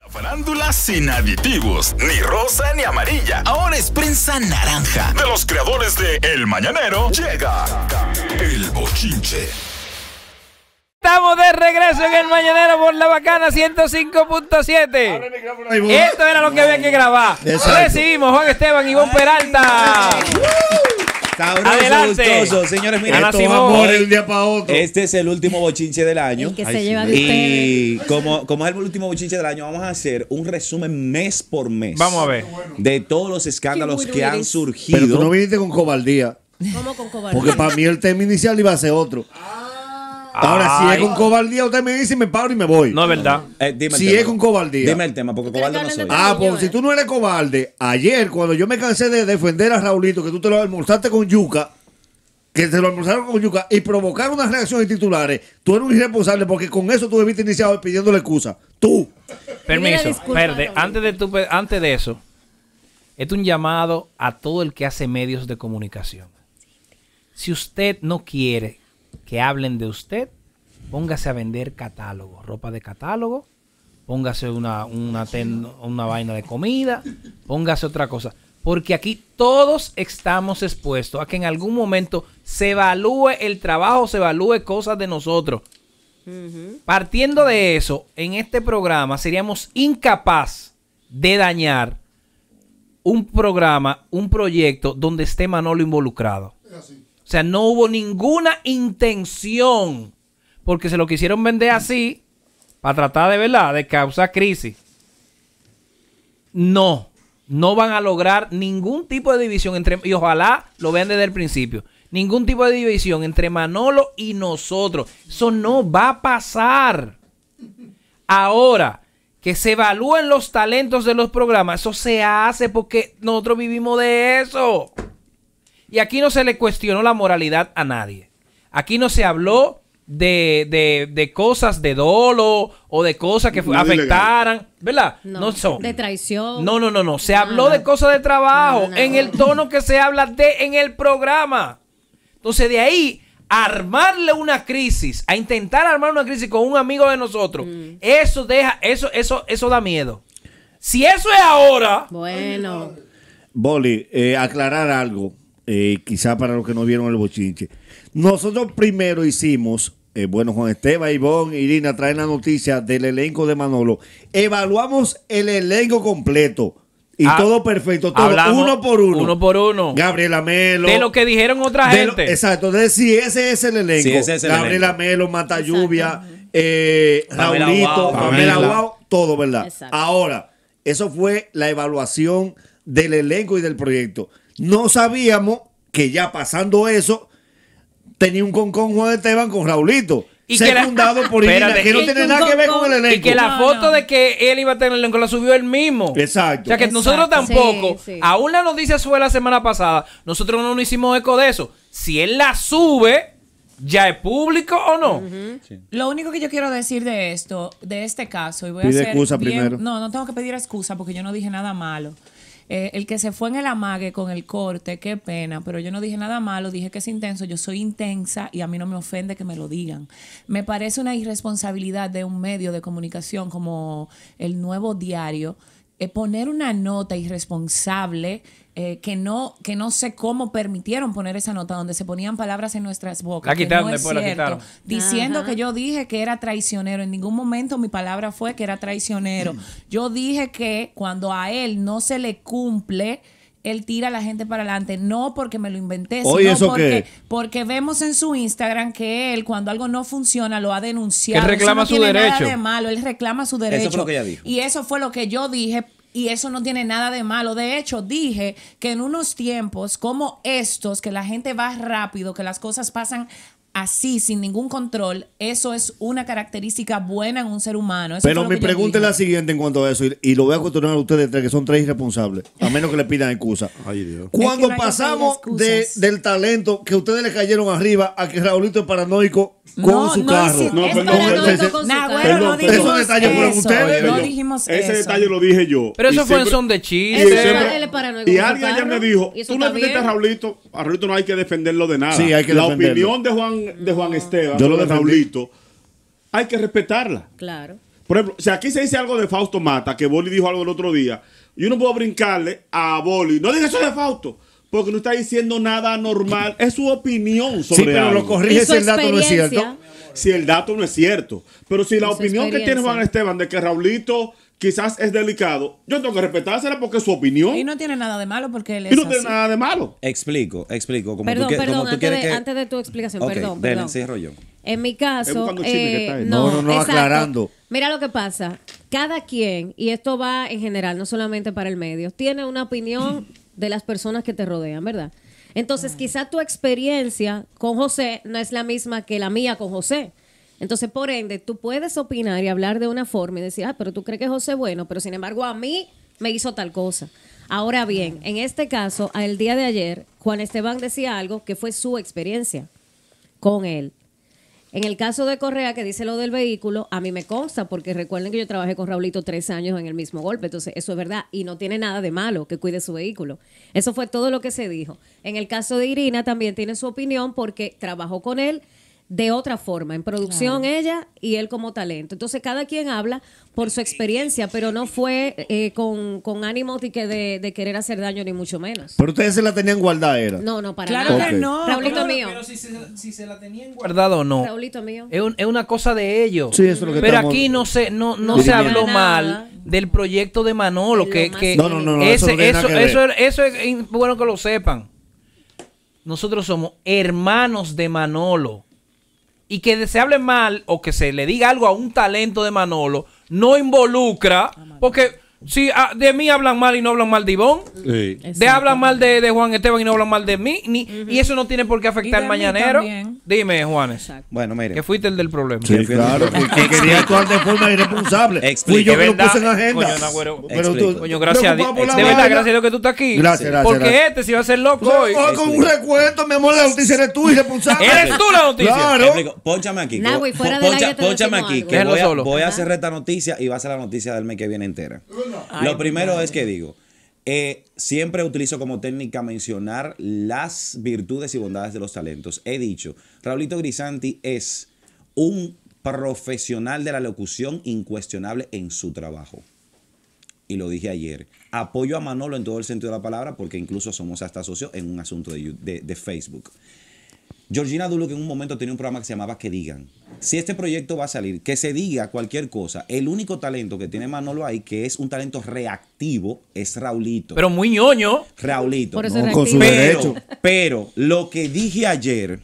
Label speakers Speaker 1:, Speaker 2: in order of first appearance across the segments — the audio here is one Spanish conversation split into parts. Speaker 1: La Farándula sin aditivos, ni rosa ni amarilla. Ahora es prensa naranja. De los creadores de El Mañanero llega el bochinche.
Speaker 2: Estamos de regreso en el Mañanero por la Bacana 105.7. Esto era lo Ah, que había que grabar.
Speaker 3: Exacto.
Speaker 2: Recibimos Juan Esteban y Ivonne Peralta.
Speaker 3: Sabroso,
Speaker 2: Adelante.
Speaker 3: gustoso. Señores, miren,
Speaker 2: Ana
Speaker 3: esto
Speaker 2: Simón.
Speaker 3: va por-
Speaker 2: De
Speaker 4: un día para otro.
Speaker 3: este es el último bochinche del año.
Speaker 5: El que se lleva de ustedes.
Speaker 3: Y como, como es el último bochinche del año, vamos a hacer un resumen mes por mes.
Speaker 2: Vamos a ver.
Speaker 3: De todos los escándalos
Speaker 5: Qué
Speaker 3: que
Speaker 5: bueno
Speaker 3: han
Speaker 5: eres.
Speaker 3: surgido.
Speaker 4: Pero tú no viniste con cobardía.
Speaker 5: ¿Cómo con cobardía?
Speaker 4: Porque para mí el tema inicial iba a ser otro. Ahora, si
Speaker 2: Ah. Ay.
Speaker 4: es con cobardía, usted me dice y me paro y me voy.
Speaker 2: No es verdad.
Speaker 3: Eh, dime el
Speaker 4: si
Speaker 3: tema.
Speaker 4: es con cobardía.
Speaker 3: Dime el tema, porque
Speaker 5: Pero
Speaker 3: cobarde
Speaker 5: que
Speaker 3: no soy.
Speaker 5: hablen de-
Speaker 4: Ah,
Speaker 5: Señora.
Speaker 4: pues si tú no eres cobarde, ayer cuando yo me cansé de defender a Raulito, que tú te lo almorzaste con yuca, que se lo almorzaron con yuca y provocaron unas reacciones de titulares, tú eres un irresponsable porque con eso tú debiste iniciar pidiéndole excusa. Tú.
Speaker 2: Permiso.
Speaker 5: disculpa,
Speaker 2: Verde,
Speaker 5: Raúl.
Speaker 2: antes de, tu, antes de eso, esto es un llamado a todo el que hace medios de comunicación. Si usted no quiere que hablen de usted, póngase a vender catálogo, ropa de catálogo, póngase una, una, ten- una vaina de comida, póngase otra cosa. Porque aquí todos estamos expuestos a que en algún momento se evalúe el trabajo, se evalúe cosas de nosotros. Partiendo de eso, en este programa seríamos incapaz de dañar un programa, un proyecto donde esté Manolo involucrado. O sea, no hubo ninguna intención, porque se lo quisieron vender así para tratar de verdad, de causar crisis. No, no van a lograr ningún tipo de división entre, y ojalá lo vean desde el principio, ningún tipo de división entre Manolo y nosotros. Eso no va a pasar. Ahora, que se evalúen los talentos de los programas, eso se hace porque nosotros vivimos de eso. Y aquí no se le cuestionó la moralidad a nadie. Aquí no se habló de, de- de cosas de dolo o de cosas que fu-
Speaker 4: Nada ilegal.
Speaker 2: afectaran, ¿verdad? No, son.
Speaker 5: De traición.
Speaker 2: No, no, no, no. Se
Speaker 5: Nada.
Speaker 2: habló de cosas de trabajo
Speaker 5: No, no.
Speaker 2: en el tono que se habla de en el programa. Entonces, de ahí, a armarle una crisis, a intentar armar una crisis con un amigo de nosotros, eso deja, eso, eso, eso da miedo. Si eso es ahora,
Speaker 5: Bueno.
Speaker 4: Boli, eh, aclarar algo, eh, quizá para los que no vieron el bochinche. Nosotros primero hicimos, eh, bueno, Juan Esteban, Ivonne, Irina traen la noticia del elenco de Manolo. Evaluamos el elenco completo. Y
Speaker 2: Ah,
Speaker 4: todo perfecto, todo
Speaker 2: hablamos
Speaker 4: uno por uno.
Speaker 2: uno por uno.
Speaker 4: Gabriela Melo.
Speaker 2: de lo que dijeron otra
Speaker 4: de lo-
Speaker 2: gente.
Speaker 4: exacto, de si ese es el elenco.
Speaker 3: Si ese es el
Speaker 4: Gabriela
Speaker 3: elenco.
Speaker 4: Melo, Matalluvia, eh,
Speaker 3: Pamela
Speaker 4: Raulito,
Speaker 3: Guau.
Speaker 4: Pamela
Speaker 3: Pamela.
Speaker 4: Guau, todo, ¿verdad?
Speaker 5: Exacto.
Speaker 4: Ahora, eso fue la evaluación del elenco y del proyecto. No sabíamos que ya pasando eso, tenía un concón Juan Esteban con Raulito.
Speaker 2: Y que la-
Speaker 4: secundado por Irina,
Speaker 2: Espérate,
Speaker 4: que no
Speaker 2: y
Speaker 4: tiene
Speaker 5: que
Speaker 4: nada
Speaker 5: un
Speaker 4: que ver
Speaker 5: concón-
Speaker 4: con
Speaker 5: y
Speaker 4: el elenco.
Speaker 2: Y que
Speaker 5: No,
Speaker 2: la foto
Speaker 5: no.
Speaker 2: de que él iba a tener el elenco la subió él mismo.
Speaker 4: Exacto.
Speaker 2: O sea que
Speaker 5: Exacto.
Speaker 2: nosotros tampoco,
Speaker 5: Sí, sí.
Speaker 2: aún la noticia fue la semana pasada, nosotros no nos hicimos eco de eso. Si él la sube, ¿ya es público o no?
Speaker 6: Lo único que yo quiero decir de esto, de este caso, y voy
Speaker 4: Pide
Speaker 6: a ser
Speaker 4: excusa
Speaker 6: bien-
Speaker 4: primero.
Speaker 6: No, no tengo que pedir excusa porque yo no dije nada malo. Eh, el que se fue en el amague con el corte, qué pena, pero yo no dije nada malo, dije que es intenso, yo soy intensa y a mí no me ofende que me lo digan. Me parece una irresponsabilidad de un medio de comunicación como el nuevo diario eh, poner una nota irresponsable eh, que, no, que no sé cómo permitieron poner esa nota donde se ponían palabras en nuestras bocas.
Speaker 2: La
Speaker 6: que no
Speaker 2: quitaron,
Speaker 6: es
Speaker 2: después la
Speaker 6: cierto,
Speaker 2: quitaron.
Speaker 6: Diciendo que yo dije que era traicionero. En ningún momento mi palabra fue que era traicionero.
Speaker 2: Mm.
Speaker 6: Yo dije que cuando a él no se le cumple... Él tira a la gente para adelante, no porque me lo inventé,
Speaker 4: Oye,
Speaker 6: sino
Speaker 4: ¿eso
Speaker 6: porque,
Speaker 4: qué?
Speaker 6: porque vemos en su Instagram que él, cuando algo no funciona, lo ha denunciado.
Speaker 2: Que él
Speaker 6: Eso
Speaker 2: reclama
Speaker 6: no
Speaker 2: su
Speaker 6: tiene nada
Speaker 2: derecho.
Speaker 6: de malo, él reclama su derecho.
Speaker 3: fue lo que ella dijo.
Speaker 6: Y eso fue lo que yo dije. Y eso no tiene nada de malo. De hecho, dije que en unos tiempos como estos, que la gente va rápido, que las cosas pasan así, sin ningún control, eso es una característica buena en un ser humano. Eso
Speaker 4: Pero
Speaker 6: fue lo
Speaker 4: mi
Speaker 6: que yo
Speaker 4: pregunta es
Speaker 6: dije.
Speaker 4: la siguiente en cuanto a eso, y, y lo voy a continuar a ustedes tres, que son tres irresponsables, a menos que le pidan excusa.
Speaker 3: Ay, Dios.
Speaker 4: Cuando
Speaker 6: Es que no hay que
Speaker 4: pasamos
Speaker 6: pedir
Speaker 4: de-
Speaker 6: excusas.
Speaker 4: del talento que ustedes le cayeron arriba a que Raulito es paranoico con
Speaker 6: No,
Speaker 4: su
Speaker 6: no
Speaker 4: carro.
Speaker 6: hiciste-
Speaker 7: No,
Speaker 6: es
Speaker 7: perdón,
Speaker 6: paranoico
Speaker 7: ese- ese-
Speaker 6: con su
Speaker 7: Nah,
Speaker 6: carro.
Speaker 7: bueno, no
Speaker 6: Perdón, perdón.
Speaker 4: dijimos Esos detalles fueron
Speaker 6: eso.
Speaker 4: ustedes,
Speaker 6: No
Speaker 4: pero-
Speaker 6: dijimos
Speaker 7: Ese
Speaker 6: eso.
Speaker 7: detalle lo dije yo.
Speaker 2: Pero eso
Speaker 7: Y
Speaker 2: fue en
Speaker 7: siempre-
Speaker 2: son de
Speaker 7: y
Speaker 2: chiste.
Speaker 5: Eso
Speaker 7: siempre-
Speaker 5: era- él es paranoico
Speaker 7: y
Speaker 5: con su
Speaker 7: alguien ya
Speaker 5: carro,
Speaker 7: me dijo,
Speaker 5: y eso
Speaker 7: tú no
Speaker 5: está
Speaker 7: defendiste a
Speaker 5: bien".
Speaker 7: Raulito, a Raulito no hay que defenderlo de nada.
Speaker 4: Sí, hay que
Speaker 7: La
Speaker 4: defenderlo.
Speaker 7: opinión de Juan, de
Speaker 5: Ah.
Speaker 7: Juan Esteban,
Speaker 4: Yo lo
Speaker 7: sobre
Speaker 4: defendí.
Speaker 7: Raulito, hay que respetarla.
Speaker 5: Claro.
Speaker 7: Por ejemplo, si aquí se dice algo de Fausto Mata, que Boli dijo algo el otro día, yo no puedo brincarle a Boli, no digas eso de Fausto, porque no está diciendo nada normal, es su opinión sobre
Speaker 4: Sí, pero lo
Speaker 7: algo.
Speaker 4: corrige
Speaker 5: Y
Speaker 4: si
Speaker 5: su
Speaker 4: el dato no es
Speaker 5: experiencia.
Speaker 4: cierto.
Speaker 7: si el dato no es cierto. Pero si la
Speaker 5: Esa
Speaker 7: opinión que tiene
Speaker 5: experiencia.
Speaker 7: Juan Esteban de que Raulito quizás es delicado, yo tengo que respetársela porque es su opinión.
Speaker 6: Y
Speaker 7: Y no,
Speaker 6: no tiene nada de malo porque él es
Speaker 7: tiene
Speaker 6: así.
Speaker 7: nada de malo.
Speaker 3: Explico, explico. Como
Speaker 5: Perdón,
Speaker 3: tú, que-
Speaker 5: perdón,
Speaker 3: como tú
Speaker 5: antes,
Speaker 3: quieres
Speaker 5: de,
Speaker 3: que...
Speaker 5: antes de tu explicación,
Speaker 3: Ok,
Speaker 5: perdón,
Speaker 3: dele,
Speaker 5: perdón.
Speaker 3: encierro yo.
Speaker 5: En mi
Speaker 7: Estoy
Speaker 5: caso,
Speaker 7: buscando chisme que
Speaker 5: eh,
Speaker 7: está ahí.
Speaker 5: no,
Speaker 4: No, no, no,
Speaker 5: exacto.
Speaker 4: aclarando.
Speaker 5: Mira lo que pasa. Cada quien, y esto va en general, no solamente para el medio, tiene una opinión de las personas que te rodean, ¿verdad? Entonces, quizá tu experiencia con José no es la misma que la mía con José. Entonces, por ende, tú puedes opinar y hablar de una forma y decir, ah, pero tú crees que José es bueno, pero sin embargo a mí me hizo tal cosa. Ahora bien, en este caso, al día de ayer, Juan Esteban decía algo que fue su experiencia con él. En el caso de Correa, que dice lo del vehículo, a mí me consta, porque recuerden que yo trabajé con Raulito tres años en el mismo golpe, entonces eso es verdad, y no tiene nada de malo que cuide su vehículo. Eso fue todo lo que se dijo. En el caso de Irina también tiene su opinión porque trabajó con él de otra forma, en producción ella y él como talento. Entonces cada quien habla por su experiencia, pero no fue eh, con, con ánimo de, que- de, de querer hacer daño, ni mucho menos.
Speaker 4: Pero ustedes se la tenían guardada, era.
Speaker 5: No, no, para
Speaker 6: Claro
Speaker 5: nada.
Speaker 6: que
Speaker 4: Ok.
Speaker 6: no.
Speaker 5: Raulito
Speaker 6: ¿Cómo-
Speaker 5: mío.
Speaker 2: Pero si se, si se la tenían guardada o no,
Speaker 5: Raulito mío.
Speaker 2: es, un- es una cosa de ellos.
Speaker 4: Sí, eso es lo que
Speaker 2: Pero
Speaker 4: estamos-
Speaker 2: aquí no se, no, no
Speaker 4: No,
Speaker 2: se
Speaker 4: para
Speaker 2: habló
Speaker 5: nada.
Speaker 2: mal del proyecto de Manolo.
Speaker 5: Lo
Speaker 2: Que,
Speaker 5: más
Speaker 2: que
Speaker 4: No, no, no, no,
Speaker 2: ese-
Speaker 4: eso no tiene nada
Speaker 2: eso,
Speaker 4: que ver.
Speaker 2: eso es- eso es in- bueno que lo sepan. Nosotros somos hermanos de Manolo. Y que se hable mal o que se le diga algo a un talento de Manolo no involucra. Porque si ah, de mí hablan mal y no hablan mal de Ivonne. De hablan mal de, de Juan Esteban y no hablan mal de mí. ni- Y eso no tiene por qué afectar
Speaker 6: Y
Speaker 2: al
Speaker 6: de mí
Speaker 2: mañanero.
Speaker 6: también.
Speaker 2: Dime, Juanes.
Speaker 3: Bueno, mire.
Speaker 2: Que fuiste el del problema.
Speaker 4: Sí, claro, que, que quería actuar de forma irresponsable.
Speaker 3: Explique,
Speaker 4: Fui yo que lo
Speaker 2: ¿verdad?
Speaker 4: puse en agenda.
Speaker 2: Coño, Nagüero.
Speaker 4: Pero tú-
Speaker 3: Explique.
Speaker 2: Coño, gracias a Dios.
Speaker 4: preocupado por la
Speaker 2: De verdad,
Speaker 4: vaina.
Speaker 2: gracias a Dios que tú estás aquí.
Speaker 4: Gracias, gracias,
Speaker 2: Porque
Speaker 4: gracias.
Speaker 2: este, si va a ser loco hoy.
Speaker 4: No, con un recuento, mi amor, la noticia eres tú, irresponsable.
Speaker 2: Eres tú la noticia.
Speaker 4: Claro.
Speaker 3: Explico. Pónchame aquí.
Speaker 5: Nah, güey,
Speaker 3: Po-
Speaker 5: fuera
Speaker 3: po-
Speaker 5: del aire
Speaker 3: poncha-
Speaker 5: te
Speaker 3: pónchame
Speaker 5: decimos
Speaker 3: aquí,
Speaker 5: algo.
Speaker 3: que
Speaker 2: Déjalo
Speaker 3: voy a,
Speaker 2: solo.
Speaker 3: voy a
Speaker 5: Ajá.
Speaker 3: hacer esta noticia y va a ser la noticia del mes que viene entera. Lo primero es que digo, eh, siempre utilizo como técnica mencionar las virtudes y bondades de los talentos. He dicho, Raulito Grisanti es un profesional de la locución incuestionable en su trabajo y lo dije ayer, apoyo a Manolo en todo el sentido de la palabra porque incluso somos hasta socios en un asunto de, Yu- de- de Facebook. Georgina Dulo que en un momento tenía un programa que se llamaba Que Digan. Si este proyecto va a salir, que se diga cualquier cosa. El único talento que tiene Manolo ahí, que es un talento reactivo, es Raulito.
Speaker 2: Pero muy ñoño.
Speaker 3: Raulito.
Speaker 5: Por eso
Speaker 4: No,
Speaker 5: es
Speaker 4: con su
Speaker 5: reactivo.
Speaker 3: Pero,
Speaker 4: derecho.
Speaker 3: pero lo que dije ayer,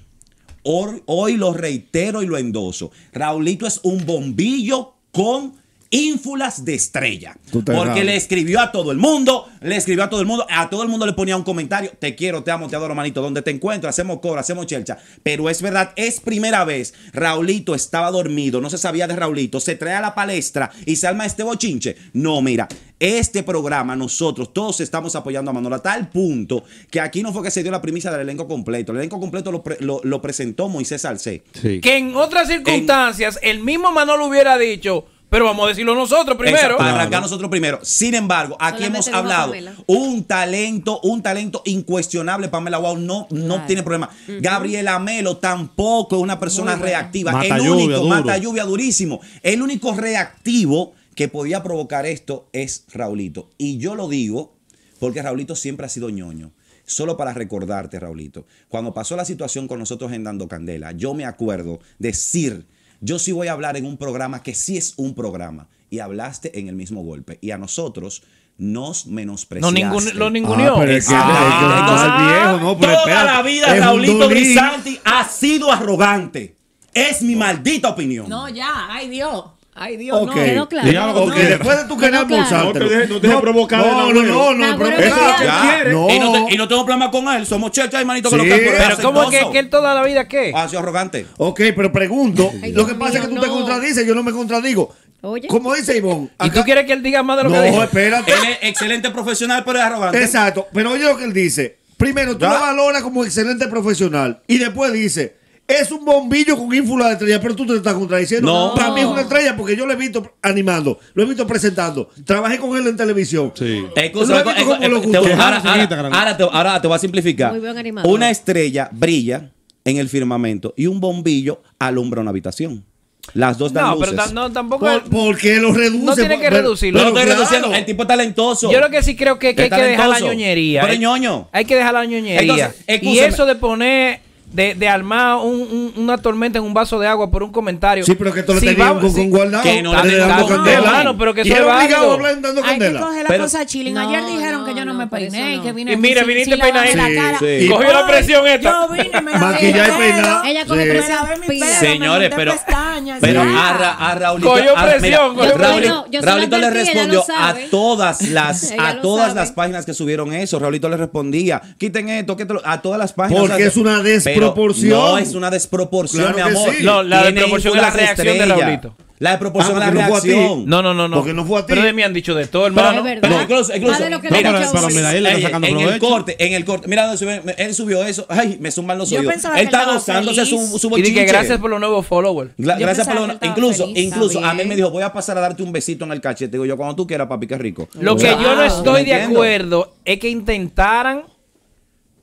Speaker 3: hor- hoy lo reitero y lo endoso. Raulito es un bombillo con ínfulas de estrella.
Speaker 4: Tú te
Speaker 3: Porque
Speaker 4: grabas.
Speaker 3: le escribió a todo el mundo, le escribió a todo el mundo, a todo el mundo le ponía un comentario, te quiero, te amo, te adoro, manito, donde te encuentro, hacemos cobra, hacemos chelcha. Pero es verdad, es primera vez, Raulito estaba dormido, no se sabía de Raulito, se trae a la palestra y se alma este bochinche. No, mira, este programa nosotros todos estamos apoyando a Manolo a tal punto que aquí no fue que se dio la primicia del elenco completo, el elenco completo lo, pre- lo- lo presentó Moisés Salcé.
Speaker 2: Que en otras circunstancias el mismo Manolo hubiera dicho, pero vamos a decirlo nosotros primero.
Speaker 3: Exacto, para arrancar nosotros primero. Sin embargo, aquí
Speaker 5: Solamente
Speaker 3: hemos
Speaker 5: dijo
Speaker 3: hablado
Speaker 5: Pamela.
Speaker 3: un talento, un talento incuestionable. Pamela Wow no, no
Speaker 6: Claro.
Speaker 3: tiene problema. Gabriela Melo tampoco es una persona reactiva.
Speaker 7: Mata
Speaker 3: el
Speaker 7: lluvia,
Speaker 3: único,
Speaker 7: duro.
Speaker 3: mata lluvia durísimo. El único reactivo que podía provocar esto es Raulito. Y yo lo digo porque Raulito siempre ha sido ñoño. Solo para recordarte, Raulito, cuando pasó la situación con nosotros en Dando Candela, yo me acuerdo decir, yo sí voy a hablar en un programa que sí es un programa. Y hablaste en el mismo golpe. Y a nosotros nos
Speaker 2: No,
Speaker 3: menospreciaste.
Speaker 2: ningun, lo ninguneó.
Speaker 4: pero es que-
Speaker 3: ah,
Speaker 4: Ah, viejo, no, pero
Speaker 3: Toda
Speaker 4: espérate,
Speaker 3: la vida
Speaker 4: es un
Speaker 3: Raulito
Speaker 4: dulín.
Speaker 3: Grisanti ha sido arrogante. Es mi maldita opinión.
Speaker 6: No, ya, ay Dios. Ay Dios,
Speaker 4: Ok.
Speaker 5: Quedó claro.
Speaker 7: Diálogo
Speaker 4: Ok,
Speaker 7: con él.
Speaker 4: después de tu canal
Speaker 5: Quedó claro.
Speaker 7: No te dejes no te dejes provocar.
Speaker 4: No,
Speaker 7: de la
Speaker 4: no,
Speaker 7: abuela.
Speaker 4: no, no,
Speaker 5: La
Speaker 4: pero-
Speaker 5: abuela
Speaker 4: Exacto.
Speaker 5: que
Speaker 4: Ya,
Speaker 7: quiere.
Speaker 4: no.
Speaker 3: Y, no te- y no tengo problema con él. Somos chelcha y manito con
Speaker 4: Sí.
Speaker 3: los que
Speaker 2: Pero ¿cómo es que, que él toda la vida qué?
Speaker 3: ha sido arrogante.
Speaker 4: Ok, pero pregunto.
Speaker 5: Ay,
Speaker 4: lo
Speaker 5: Dios
Speaker 4: que pasa es que tú
Speaker 5: mío,
Speaker 4: te
Speaker 5: no.
Speaker 4: contradices, yo no me contradigo.
Speaker 5: Oye.
Speaker 4: Como dice Ivonne.
Speaker 2: ¿Y tú
Speaker 4: acá-
Speaker 2: quieres que él diga más de lo que dijo?
Speaker 4: No, espérate.
Speaker 3: Él es excelente profesional, pero es arrogante.
Speaker 4: Exacto, pero oye lo que él dice. Primero, tú lo valoras como excelente profesional y después dice, es un bombillo con ínfula de estrella, pero tú te estás contradiciendo.
Speaker 3: No.
Speaker 4: Para mí es una estrella porque yo lo he visto animando, lo he visto presentando, trabajé con él en televisión.
Speaker 7: Sí.
Speaker 3: Escúchame,
Speaker 4: Lo he visto
Speaker 3: escú-
Speaker 4: como
Speaker 3: escú-
Speaker 4: locutor.
Speaker 3: te-
Speaker 4: Qué
Speaker 3: ahora,
Speaker 8: raro,
Speaker 3: ahora-
Speaker 8: señorita, grande.
Speaker 3: ahora te, ahora te voy a simplificar.
Speaker 5: Muy buen animador.
Speaker 3: Una estrella brilla en el firmamento y un bombillo alumbra una habitación. Las dos dan
Speaker 2: No,
Speaker 3: luces.
Speaker 2: pero ta- no, tampoco.
Speaker 4: Por, ¿por qué lo reduce?
Speaker 2: No tiene que
Speaker 4: Pero-
Speaker 2: reducirlo.
Speaker 3: No lo
Speaker 4: pero
Speaker 3: estoy
Speaker 4: claro.
Speaker 3: reduciendo. El tipo es talentoso.
Speaker 2: Yo lo que sí creo que, que hay que dejar la
Speaker 3: talentoso.
Speaker 2: ñoñería.
Speaker 3: Pero
Speaker 2: Hay-
Speaker 3: ñoño.
Speaker 2: Hay que dejar la ñoñería.
Speaker 3: Entonces,
Speaker 2: y
Speaker 3: escúchame.
Speaker 2: eso de poner, de, de armar un- un- una tormenta en un vaso de agua por un comentario.
Speaker 4: Sí, pero que tú lo
Speaker 2: Si
Speaker 4: tenías
Speaker 2: va-
Speaker 4: con,
Speaker 2: si-
Speaker 4: con guardado.
Speaker 3: que no la
Speaker 4: Dale,
Speaker 3: tengo
Speaker 4: dando
Speaker 3: con-
Speaker 4: candela.
Speaker 3: Hermano,
Speaker 2: pero que
Speaker 4: Y él
Speaker 2: eso es
Speaker 4: obligado
Speaker 2: válido.
Speaker 4: a hablar en dando
Speaker 6: Hay que
Speaker 4: candela.
Speaker 6: coger la
Speaker 3: Pero-
Speaker 6: cosa chilling.
Speaker 5: No,
Speaker 6: Ayer dijeron que yo no,
Speaker 5: no,
Speaker 6: me
Speaker 5: por eso
Speaker 6: peiné y
Speaker 5: no.
Speaker 6: que vine
Speaker 2: Y mira,
Speaker 6: sin-
Speaker 2: vine y
Speaker 6: sin
Speaker 2: te
Speaker 6: lavarme
Speaker 2: peinas
Speaker 6: la cara.
Speaker 3: sí.
Speaker 6: Hoy
Speaker 2: Cogió la presión esta.
Speaker 6: Yo vine, me lavé el
Speaker 4: Maquillaje y peinado.
Speaker 6: pelo.
Speaker 5: Ella coge
Speaker 4: Sí.
Speaker 6: Me
Speaker 5: presión.
Speaker 6: lavé mi
Speaker 5: pila.
Speaker 6: pelo,
Speaker 3: Señores,
Speaker 6: me
Speaker 3: pero,
Speaker 6: monté pestañas,
Speaker 3: pero
Speaker 6: ya.
Speaker 3: a, Ra- a Raulito,
Speaker 2: Cogió
Speaker 3: a-
Speaker 2: presión, cogió
Speaker 3: Rauli-
Speaker 5: presión. Yo- yo se lo
Speaker 3: Raulito le
Speaker 5: advertí, ella
Speaker 3: respondió
Speaker 5: lo
Speaker 3: a
Speaker 5: sabe.
Speaker 3: todas las
Speaker 5: Ella
Speaker 3: a
Speaker 5: lo
Speaker 3: todas
Speaker 5: sabe.
Speaker 3: las páginas que subieron eso. Raulito le respondía, quiten esto, quítalo", a todas las páginas.
Speaker 4: Porque
Speaker 3: O sea,
Speaker 4: es una
Speaker 3: pero
Speaker 4: desproporción.
Speaker 3: No es una desproporción,
Speaker 4: Claro
Speaker 3: mi
Speaker 4: que
Speaker 3: amor.
Speaker 4: sí. No,
Speaker 2: la
Speaker 3: Tiene
Speaker 2: desproporción es la
Speaker 3: ínfulas
Speaker 2: reacción de
Speaker 3: estrella.
Speaker 2: Raulito.
Speaker 3: La
Speaker 4: Ah,
Speaker 3: desproporción es la
Speaker 4: porque no fue a ti.
Speaker 3: reacción.
Speaker 2: No, no, no, no.
Speaker 4: Porque no fue a ti.
Speaker 2: Pero de mí han dicho de todo,
Speaker 5: Pero
Speaker 2: hermano.
Speaker 5: es verdad.
Speaker 3: Pero incluso, incluso,
Speaker 5: Más de lo que
Speaker 3: mira,
Speaker 5: le
Speaker 8: No,
Speaker 5: echamos.
Speaker 8: pero- pero me da él. le está
Speaker 3: Ey,
Speaker 8: sacando
Speaker 3: en el
Speaker 8: provecho.
Speaker 3: corte, en el corte. Mira, dónde subió- él subió eso. Ay, me zumban los
Speaker 6: Yo
Speaker 3: oídos.
Speaker 6: pensaba
Speaker 3: Él
Speaker 6: que
Speaker 3: está
Speaker 6: estaba
Speaker 3: gozándose
Speaker 6: feliz.
Speaker 3: su, su
Speaker 2: Y dije,
Speaker 3: bochinche.
Speaker 2: gracias por los nuevos followers.
Speaker 3: Gla-
Speaker 6: Yo
Speaker 3: gracias
Speaker 6: pensaba
Speaker 3: por lo-
Speaker 6: que él estaba
Speaker 3: incluso,
Speaker 6: feliz,
Speaker 3: incluso
Speaker 6: está
Speaker 3: a mí
Speaker 6: bien.
Speaker 3: me dijo, voy a pasar a darte un besito en el cachete. Digo yo, cuando tú quieras, papi, qué rico.
Speaker 2: Lo que
Speaker 3: Wow.
Speaker 2: yo no estoy de
Speaker 3: entiendo.
Speaker 2: acuerdo es que intentaran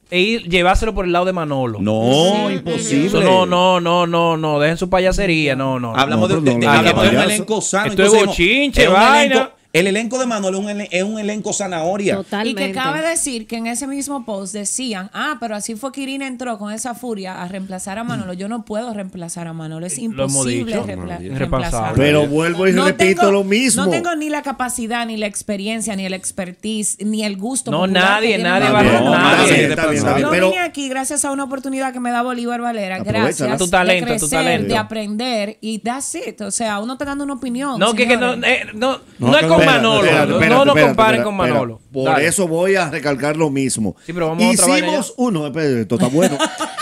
Speaker 2: e ir, llevárselo por el lado de Manolo.
Speaker 3: No, imposible.
Speaker 2: Eso no, no, no, no, no. Dejen su payasería. No, no.
Speaker 3: Hablamos
Speaker 4: No,
Speaker 3: de,
Speaker 4: pero no,
Speaker 3: de- de-
Speaker 4: no,
Speaker 3: hablamos de un
Speaker 4: payaso.
Speaker 3: elenco sano.
Speaker 2: Esto es
Speaker 3: Entonces,
Speaker 2: bochinche,
Speaker 3: es un
Speaker 2: vaina.
Speaker 3: elenco- el elenco de Manolo es un, elen- es un elenco zanahoria.
Speaker 6: Y
Speaker 5: Totalmente.
Speaker 6: que cabe decir que en ese mismo post decían, ah, pero así fue que Irina entró con esa furia a reemplazar a Manolo. Yo no puedo reemplazar a Manolo, es
Speaker 2: Eh, hemos
Speaker 6: imposible
Speaker 2: dicho.
Speaker 6: reempla-
Speaker 2: Irrepasable.
Speaker 6: reemplazarlo.
Speaker 4: Pero vuelvo y repito lo mismo.
Speaker 6: No tengo ni la capacidad, ni la experiencia, ni la expertise, ni el gusto.
Speaker 2: No,
Speaker 6: popular
Speaker 2: nadie,
Speaker 6: que tiene
Speaker 2: nadie
Speaker 6: Manolo.
Speaker 4: Está bien,
Speaker 2: va
Speaker 4: está
Speaker 2: a- nadie.
Speaker 4: bien, está bien, está bien,
Speaker 6: Yo
Speaker 4: pero-
Speaker 6: vine aquí gracias a una oportunidad que me da Bolívar Valera.
Speaker 4: Aprovecha,
Speaker 6: Gracias.
Speaker 4: ¿no?
Speaker 2: Tu talento,
Speaker 6: de crecer,
Speaker 2: tu talento.
Speaker 6: De aprender y that's it. O sea, uno está dando una opinión.
Speaker 2: No, que, que no,
Speaker 6: señores.
Speaker 2: eh, no, no es con
Speaker 4: espérate,
Speaker 2: Manolo.
Speaker 4: espérate, espérate,
Speaker 2: no nos
Speaker 4: espérate,
Speaker 2: comparen
Speaker 4: espérate,
Speaker 2: con
Speaker 4: espérate.
Speaker 2: Manolo.
Speaker 4: Por
Speaker 2: Dale.
Speaker 4: eso voy a recalcar lo mismo.
Speaker 2: Sí, pero vamos a otra vaina
Speaker 4: Hicimos uno, espérate, esto está bueno.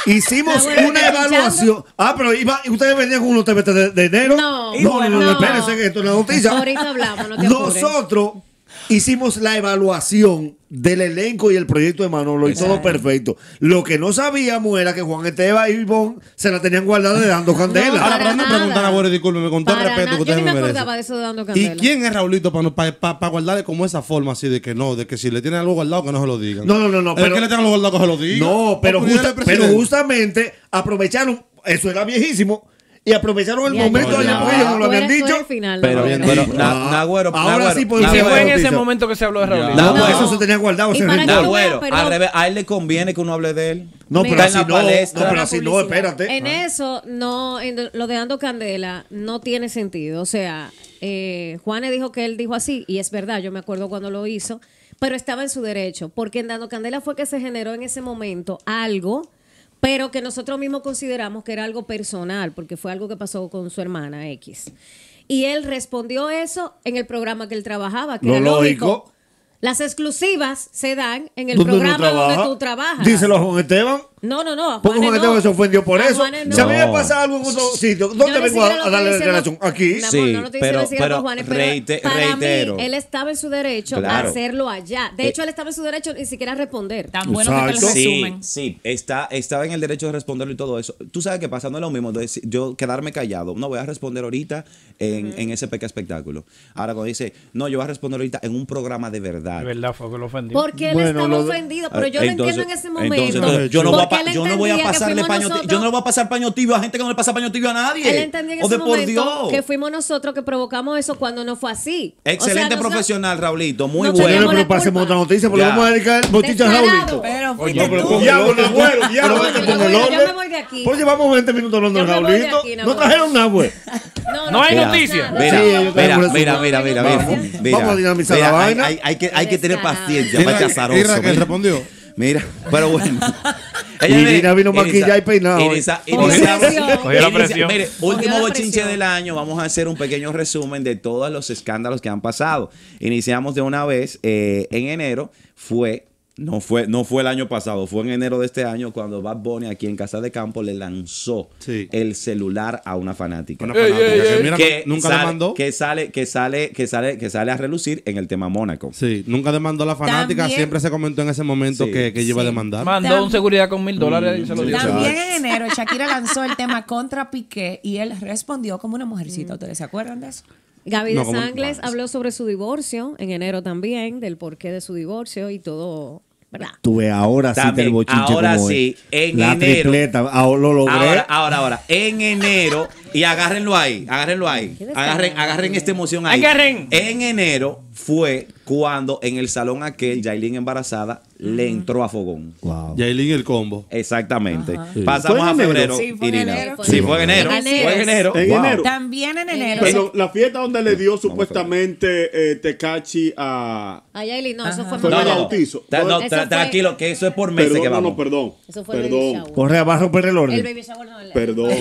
Speaker 4: Hicimos
Speaker 5: Está bueno,
Speaker 4: una
Speaker 5: está
Speaker 4: evaluación. Ah, pero iba, ustedes venían con unos TBT de, de enero.
Speaker 5: No.
Speaker 4: no, no, no,
Speaker 5: No.
Speaker 4: espérense que esto es una noticia.
Speaker 5: Ahorita hablamos, no te apures.
Speaker 4: Nosotros hicimos la evaluación del elenco y el proyecto de Manolo y todo perfecto. Lo que no sabíamos era que Juan Esteban y Ivonne se la tenían guardada de dando candela.
Speaker 8: Ahora,
Speaker 5: Para
Speaker 8: pero no
Speaker 5: nada.
Speaker 8: preguntan a Boris, discúlpeme, con todo el
Speaker 5: Para
Speaker 8: respeto que
Speaker 5: nada. Yo
Speaker 8: ustedes
Speaker 5: ni
Speaker 8: me
Speaker 5: me acordaba
Speaker 8: merecen.
Speaker 5: de eso de dando
Speaker 8: ¿Y
Speaker 5: candela.
Speaker 8: quién es Raulito para guardarle como esa forma así de que no, de que si le tienen algo guardado que no se lo digan?
Speaker 4: No, no, no, no,
Speaker 8: El
Speaker 4: pero-
Speaker 8: que le tengan algo guardado que se lo digan.
Speaker 4: No, pero,
Speaker 8: Oportunidad
Speaker 4: justa-
Speaker 8: del
Speaker 4: pero
Speaker 8: presidente.
Speaker 4: justamente aprovecharon, eso era viejísimo, y aprovecharon el
Speaker 5: Ya,
Speaker 4: momento
Speaker 5: ya,
Speaker 4: de
Speaker 8: ya.
Speaker 4: porque ellos no lo
Speaker 5: Tú
Speaker 4: habían
Speaker 5: eres- tú
Speaker 4: dicho.
Speaker 5: eres final,
Speaker 3: Pero,
Speaker 5: Nagüero.
Speaker 3: pero, pues,
Speaker 4: Ah,
Speaker 3: na- Nagüero,
Speaker 4: ahora
Speaker 3: Nagüero,
Speaker 4: sí
Speaker 2: Y
Speaker 4: podemos
Speaker 2: se fue en
Speaker 4: Nagüero,
Speaker 2: ese
Speaker 4: Tito.
Speaker 2: momento que se habló de Raulito.
Speaker 3: Ya.
Speaker 4: No,
Speaker 3: Nagüero.
Speaker 4: eso se tenía guardado.
Speaker 5: Y
Speaker 4: ese
Speaker 5: para
Speaker 4: rencor.
Speaker 5: que tú veas,
Speaker 3: Nagüero,
Speaker 5: pero-
Speaker 3: al revés, a él le conviene que uno hable de él.
Speaker 4: no, pero
Speaker 3: Está en
Speaker 4: así
Speaker 3: la
Speaker 4: no,
Speaker 3: palestra.
Speaker 4: no, pero así no,
Speaker 6: Publicidad.
Speaker 4: espérate. Ah.
Speaker 5: En eso, no, en lo de Ando Candela no tiene sentido. O sea, eh, Juanes dijo que él dijo así, y es verdad, yo me acuerdo cuando lo hizo, pero estaba en su derecho, porque en Dando Candela fue que se generó en ese momento algo, pero que nosotros mismos consideramos que era algo personal, porque fue algo que pasó con su hermana X. Y él respondió eso en el programa que él trabajaba, que
Speaker 4: Lo
Speaker 5: era lógico.
Speaker 4: lógico.
Speaker 5: Las exclusivas se dan en el
Speaker 4: ¿Dónde uno
Speaker 5: programa
Speaker 4: trabaja?
Speaker 5: donde tú trabajas.
Speaker 4: Díselo a Juan Esteban.
Speaker 5: No, no, no. a
Speaker 4: Porque
Speaker 5: Juanes
Speaker 4: Juan Esteban
Speaker 5: no.
Speaker 4: se ofendió por
Speaker 5: A
Speaker 4: eso.
Speaker 5: Juanes no.
Speaker 4: Si a mí me
Speaker 3: No.
Speaker 4: pasa algo en otro sitio,
Speaker 5: Yo
Speaker 4: ¿dónde
Speaker 5: ni
Speaker 4: vengo
Speaker 5: siquiera lo
Speaker 4: a, a
Speaker 5: estoy
Speaker 4: darle
Speaker 5: diciendo-
Speaker 4: relación? Aquí.
Speaker 5: Mi amor,
Speaker 3: Sí,
Speaker 5: no, no te
Speaker 3: pero-
Speaker 5: estoy diciendo
Speaker 3: pero
Speaker 5: Juanes,
Speaker 3: reite-
Speaker 5: para
Speaker 3: reitero.
Speaker 5: mí, él estaba en su derecho
Speaker 3: Claro.
Speaker 5: a hacerlo allá. De
Speaker 3: Eh.
Speaker 5: hecho, él estaba en su derecho ni siquiera a responder.
Speaker 6: Tan bueno que te
Speaker 4: Exacto.
Speaker 6: lo
Speaker 3: Sí,
Speaker 6: resumen.
Speaker 3: sí, está, estaba en el derecho de responderlo y todo eso. Tú sabes que pasando lo mismo, de deci- yo quedarme callado, no voy a responder ahorita en, en ese pequeño espectáculo. Ahora cuando dice, no, yo voy a responder ahorita en un programa de verdad.
Speaker 2: De verdad fue que lo ofendí.
Speaker 5: Porque él
Speaker 4: Bueno,
Speaker 5: estaba
Speaker 4: lo-
Speaker 5: ofendido, pero yo
Speaker 3: Ah,
Speaker 5: lo entiendo en
Speaker 3: entonces-
Speaker 5: ese momento.
Speaker 3: entonces yo no voy
Speaker 5: porque
Speaker 3: a
Speaker 5: que
Speaker 3: pa-
Speaker 5: él
Speaker 3: yo no voy a
Speaker 5: entendía que
Speaker 3: pasarle
Speaker 5: fuimos
Speaker 3: paño tibio.
Speaker 5: nosotros-
Speaker 3: Yo no le voy a pasar paño tibio a gente que no le pasa paño tibio a nadie.
Speaker 5: Él entendía en
Speaker 3: o
Speaker 5: ese
Speaker 3: de por
Speaker 5: momento
Speaker 3: Dios.
Speaker 5: que fuimos nosotros que provocamos eso cuando no fue así. O sea,
Speaker 3: Excelente
Speaker 5: nosotros-
Speaker 3: profesional, Raulito. Muy
Speaker 5: no
Speaker 3: bueno.
Speaker 5: tenemos
Speaker 4: Señores, pero
Speaker 5: la
Speaker 4: pasemos a
Speaker 5: culpa.
Speaker 4: otra noticia, porque
Speaker 3: Ya.
Speaker 4: vamos a dedicar noticia a
Speaker 5: Descarado.
Speaker 4: Raulito.
Speaker 6: Pero
Speaker 4: Oye,
Speaker 6: fuiste
Speaker 4: pero
Speaker 6: tú.
Speaker 4: ponga
Speaker 7: Ya,
Speaker 4: el orden,
Speaker 7: bueno,
Speaker 4: güey.
Speaker 7: ya,
Speaker 4: Pero
Speaker 7: bueno.
Speaker 4: hay que
Speaker 5: Yo
Speaker 4: poner
Speaker 5: me
Speaker 4: el
Speaker 5: voy-
Speaker 4: orden.
Speaker 5: yo me voy de aquí.
Speaker 4: Pues llevamos 20 minutos hablando de
Speaker 5: Yo me voy de
Speaker 4: Raulito.
Speaker 5: aquí,
Speaker 4: No
Speaker 5: Navarro.
Speaker 4: trajeron nada, pues. güey.
Speaker 5: No,
Speaker 2: No hay
Speaker 5: tenemos
Speaker 2: noticia.
Speaker 5: nada.
Speaker 3: Mira,
Speaker 4: Sí, yo también
Speaker 3: mira, mira,
Speaker 5: por
Speaker 3: mira,
Speaker 5: eso.
Speaker 3: mira,
Speaker 5: Vamos.
Speaker 3: mira. Mira,
Speaker 4: Vamos a dinamizar la
Speaker 3: mira, hay-
Speaker 4: vaina.
Speaker 3: Hay, hay que, hay que tener
Speaker 5: Descarado.
Speaker 3: paciencia para
Speaker 8: Mira,
Speaker 3: chazaroso.
Speaker 8: mira que respondió.
Speaker 3: Mira, pero bueno.
Speaker 4: Y Irina vino maquillada y peinada hoy.
Speaker 3: Irisa-
Speaker 5: Cogió
Speaker 3: Irisa-
Speaker 5: la presión.
Speaker 3: Irisa-
Speaker 5: Cogió
Speaker 9: la presión.
Speaker 3: Mire,
Speaker 5: Cogió
Speaker 3: último
Speaker 5: la
Speaker 3: bochinche
Speaker 5: presión.
Speaker 3: del año. Vamos a hacer un pequeño resumen de todos los escándalos que han pasado. Iniciamos de una vez eh, en enero. Fue. No fue, no fue el año pasado, fue en enero de este año cuando Bad Bunny aquí en Casa de Campo le lanzó
Speaker 8: Sí.
Speaker 3: el celular a una fanática
Speaker 8: Una fanática que mira,
Speaker 3: que
Speaker 8: nunca
Speaker 3: sale,
Speaker 8: demandó.
Speaker 3: que sale que sale que sale que sale a relucir en el tema Mónaco
Speaker 8: Sí, nunca demandó a la fanática.
Speaker 6: También-
Speaker 8: Siempre se comentó en ese momento
Speaker 3: Sí,
Speaker 8: que, que ella iba a
Speaker 6: sí.
Speaker 8: demandar.
Speaker 2: Mandó un seguridad con mil dólares y se lo dio.
Speaker 6: También en enero Shakira lanzó el tema contra Piqué y él respondió como una mujercita. ¿Ustedes se acuerdan de eso?
Speaker 5: Gaby
Speaker 8: No,
Speaker 5: de
Speaker 8: como-
Speaker 5: Sangles
Speaker 8: no, no.
Speaker 5: habló sobre su divorcio en enero también, del porqué de su divorcio y todo, ¿verdad?
Speaker 4: Tú ves, ahora sí te
Speaker 3: También,
Speaker 4: el bochinche
Speaker 3: ahora
Speaker 4: como
Speaker 3: sí,
Speaker 4: es.
Speaker 3: en
Speaker 4: La
Speaker 3: enero.
Speaker 4: tripleta, ahora lo logré.
Speaker 3: Ahora, ahora, ahora, en enero, y agárrenlo ahí, agárrenlo ahí,
Speaker 5: Qué descarado.
Speaker 3: agarren, agarren esta emoción ahí.
Speaker 2: Agarren.
Speaker 3: En enero fue cuando en el salón aquel, Yailin embarazada, le entró a fogón.
Speaker 4: Wow.
Speaker 8: Yailin y el combo.
Speaker 3: Exactamente.
Speaker 4: ¿Fue
Speaker 3: Pasamos
Speaker 4: en
Speaker 3: a
Speaker 4: enero?
Speaker 3: febrero,
Speaker 6: Sí, fue en
Speaker 3: Irina.
Speaker 6: enero.
Speaker 3: Sí, fue en enero.
Speaker 5: En
Speaker 3: Fue en
Speaker 5: enero.
Speaker 3: enero.
Speaker 7: En
Speaker 3: Wow.
Speaker 7: enero.
Speaker 6: También en enero.
Speaker 7: Pero la fiesta donde le dio
Speaker 3: Vamos a ver.
Speaker 7: supuestamente eh, Tecachi a.
Speaker 5: A Yailin, no, eso fue
Speaker 7: Fue
Speaker 3: No,
Speaker 7: el
Speaker 3: no, no.
Speaker 7: bautizo.
Speaker 3: Ta- no,
Speaker 5: Eso
Speaker 3: tra-
Speaker 5: fue-
Speaker 3: tranquilo, que eso es por meses
Speaker 7: Perdón,
Speaker 3: que
Speaker 7: no,
Speaker 3: vamos.
Speaker 7: no, perdón.
Speaker 5: Eso fue el baby
Speaker 7: Perdón.
Speaker 5: shower.
Speaker 4: Corre abajo, pero el
Speaker 5: El
Speaker 4: orden.
Speaker 5: baby shower no, el-
Speaker 7: Perdón.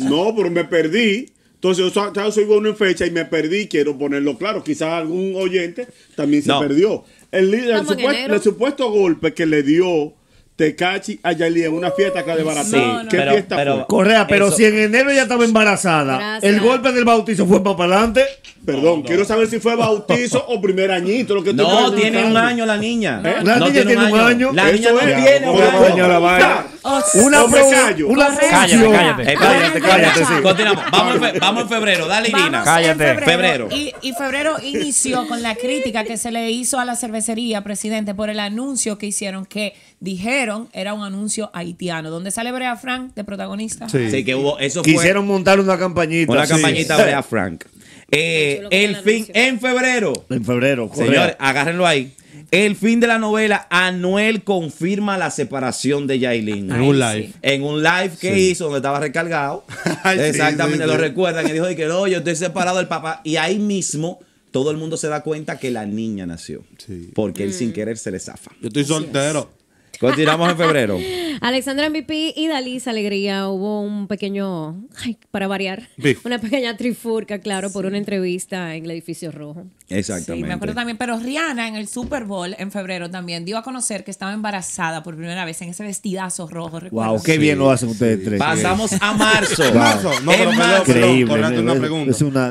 Speaker 7: No, pero me perdí. Entonces, yo so- yo soy bueno en fecha y me perdí. Quiero ponerlo claro. Quizás algún oyente también se
Speaker 3: No.
Speaker 7: perdió. El, líder- el,
Speaker 5: Estamos en
Speaker 7: supuesto,
Speaker 5: enero.
Speaker 7: el supuesto golpe que le dio Tecachi a Yailin en una fiesta
Speaker 5: Uh,
Speaker 7: acá de Baratón.
Speaker 3: Sí,
Speaker 7: ¿Qué
Speaker 3: pero-
Speaker 7: fiesta
Speaker 3: pero-
Speaker 7: fue?
Speaker 4: Correa, pero
Speaker 3: Eso-
Speaker 4: si en enero ya estaba embarazada,
Speaker 5: Gracias.
Speaker 4: el golpe del bautizo fue para adelante.
Speaker 7: Perdón, quiero saber si fue bautizo o primer añito. Lo que estoy
Speaker 3: No, tiene un
Speaker 7: preguntando.
Speaker 3: año la niña.
Speaker 4: ¿Eh?
Speaker 3: No
Speaker 4: La niña tiene un año.
Speaker 3: La niña
Speaker 7: Eso
Speaker 3: no
Speaker 7: es.
Speaker 3: tiene
Speaker 7: Ya,
Speaker 3: un
Speaker 7: vamos a
Speaker 3: año.
Speaker 7: bañar la vaina.
Speaker 6: Oh,
Speaker 4: Una,
Speaker 7: hombre,
Speaker 4: pro-
Speaker 7: callo.
Speaker 4: una
Speaker 6: Correa.
Speaker 4: función.
Speaker 2: Cállate, cállate.
Speaker 3: Eh,
Speaker 4: Cállate,
Speaker 3: Cállate, cállate.
Speaker 4: sí.
Speaker 3: Continuamos. Vamos en, fe- vamos en febrero. Dale, Irina.
Speaker 6: Vamos
Speaker 9: Cállate.
Speaker 6: en febrero.
Speaker 3: Febrero.
Speaker 6: Y, y febrero inició con la crítica que se le hizo a la cervecería, presidente, por el anuncio que hicieron, que dijeron era un anuncio haitiano. ¿Dónde sale Brea Frank de protagonista?
Speaker 3: Sí, que hubo. Eso fue
Speaker 4: Quisieron montar una campañita.
Speaker 3: una
Speaker 4: sí.
Speaker 3: campañita Brea Frank. Eh,
Speaker 5: Chulo que
Speaker 3: el
Speaker 5: el
Speaker 3: fin
Speaker 5: anuncio.
Speaker 3: en febrero.
Speaker 4: En febrero, Correa.
Speaker 3: Señores, agárrenlo ahí. El fin de la novela, Anuel confirma la separación de Yailin.
Speaker 8: En un live.
Speaker 3: En un live que hizo donde estaba recargado.
Speaker 8: Ay, sí,
Speaker 3: Exactamente,
Speaker 8: sí,
Speaker 3: lo
Speaker 8: sí.
Speaker 3: recuerdan. Y dijo de que no, yo estoy separado del papá. Y ahí mismo todo el mundo se da cuenta que la niña nació.
Speaker 8: Sí.
Speaker 3: Porque él
Speaker 5: Mm.
Speaker 3: sin querer se le zafa.
Speaker 8: Yo estoy soltero.
Speaker 3: Continuamos en febrero.
Speaker 5: Alexandra MVP y Dalís Alegría hubo un pequeño, ay, para variar,
Speaker 8: Beef.
Speaker 5: una pequeña trifurca, claro, por una entrevista en el edificio rojo.
Speaker 3: Exactamente.
Speaker 6: Sí, me acuerdo también. Pero Rihanna en el Super Bowl en febrero también dio a conocer que estaba embarazada por primera vez en ese vestidazo rojo. ¿recuerdas?
Speaker 4: Wow, qué bien lo hacen ustedes tres. eh.
Speaker 3: Pasamos a marzo.
Speaker 8: Marzo, no, pero
Speaker 3: en
Speaker 8: perdón,
Speaker 3: marzo.
Speaker 8: perdón.
Speaker 4: Increíble.
Speaker 8: Correa, una
Speaker 4: Es-
Speaker 8: pregunta.
Speaker 4: Es una.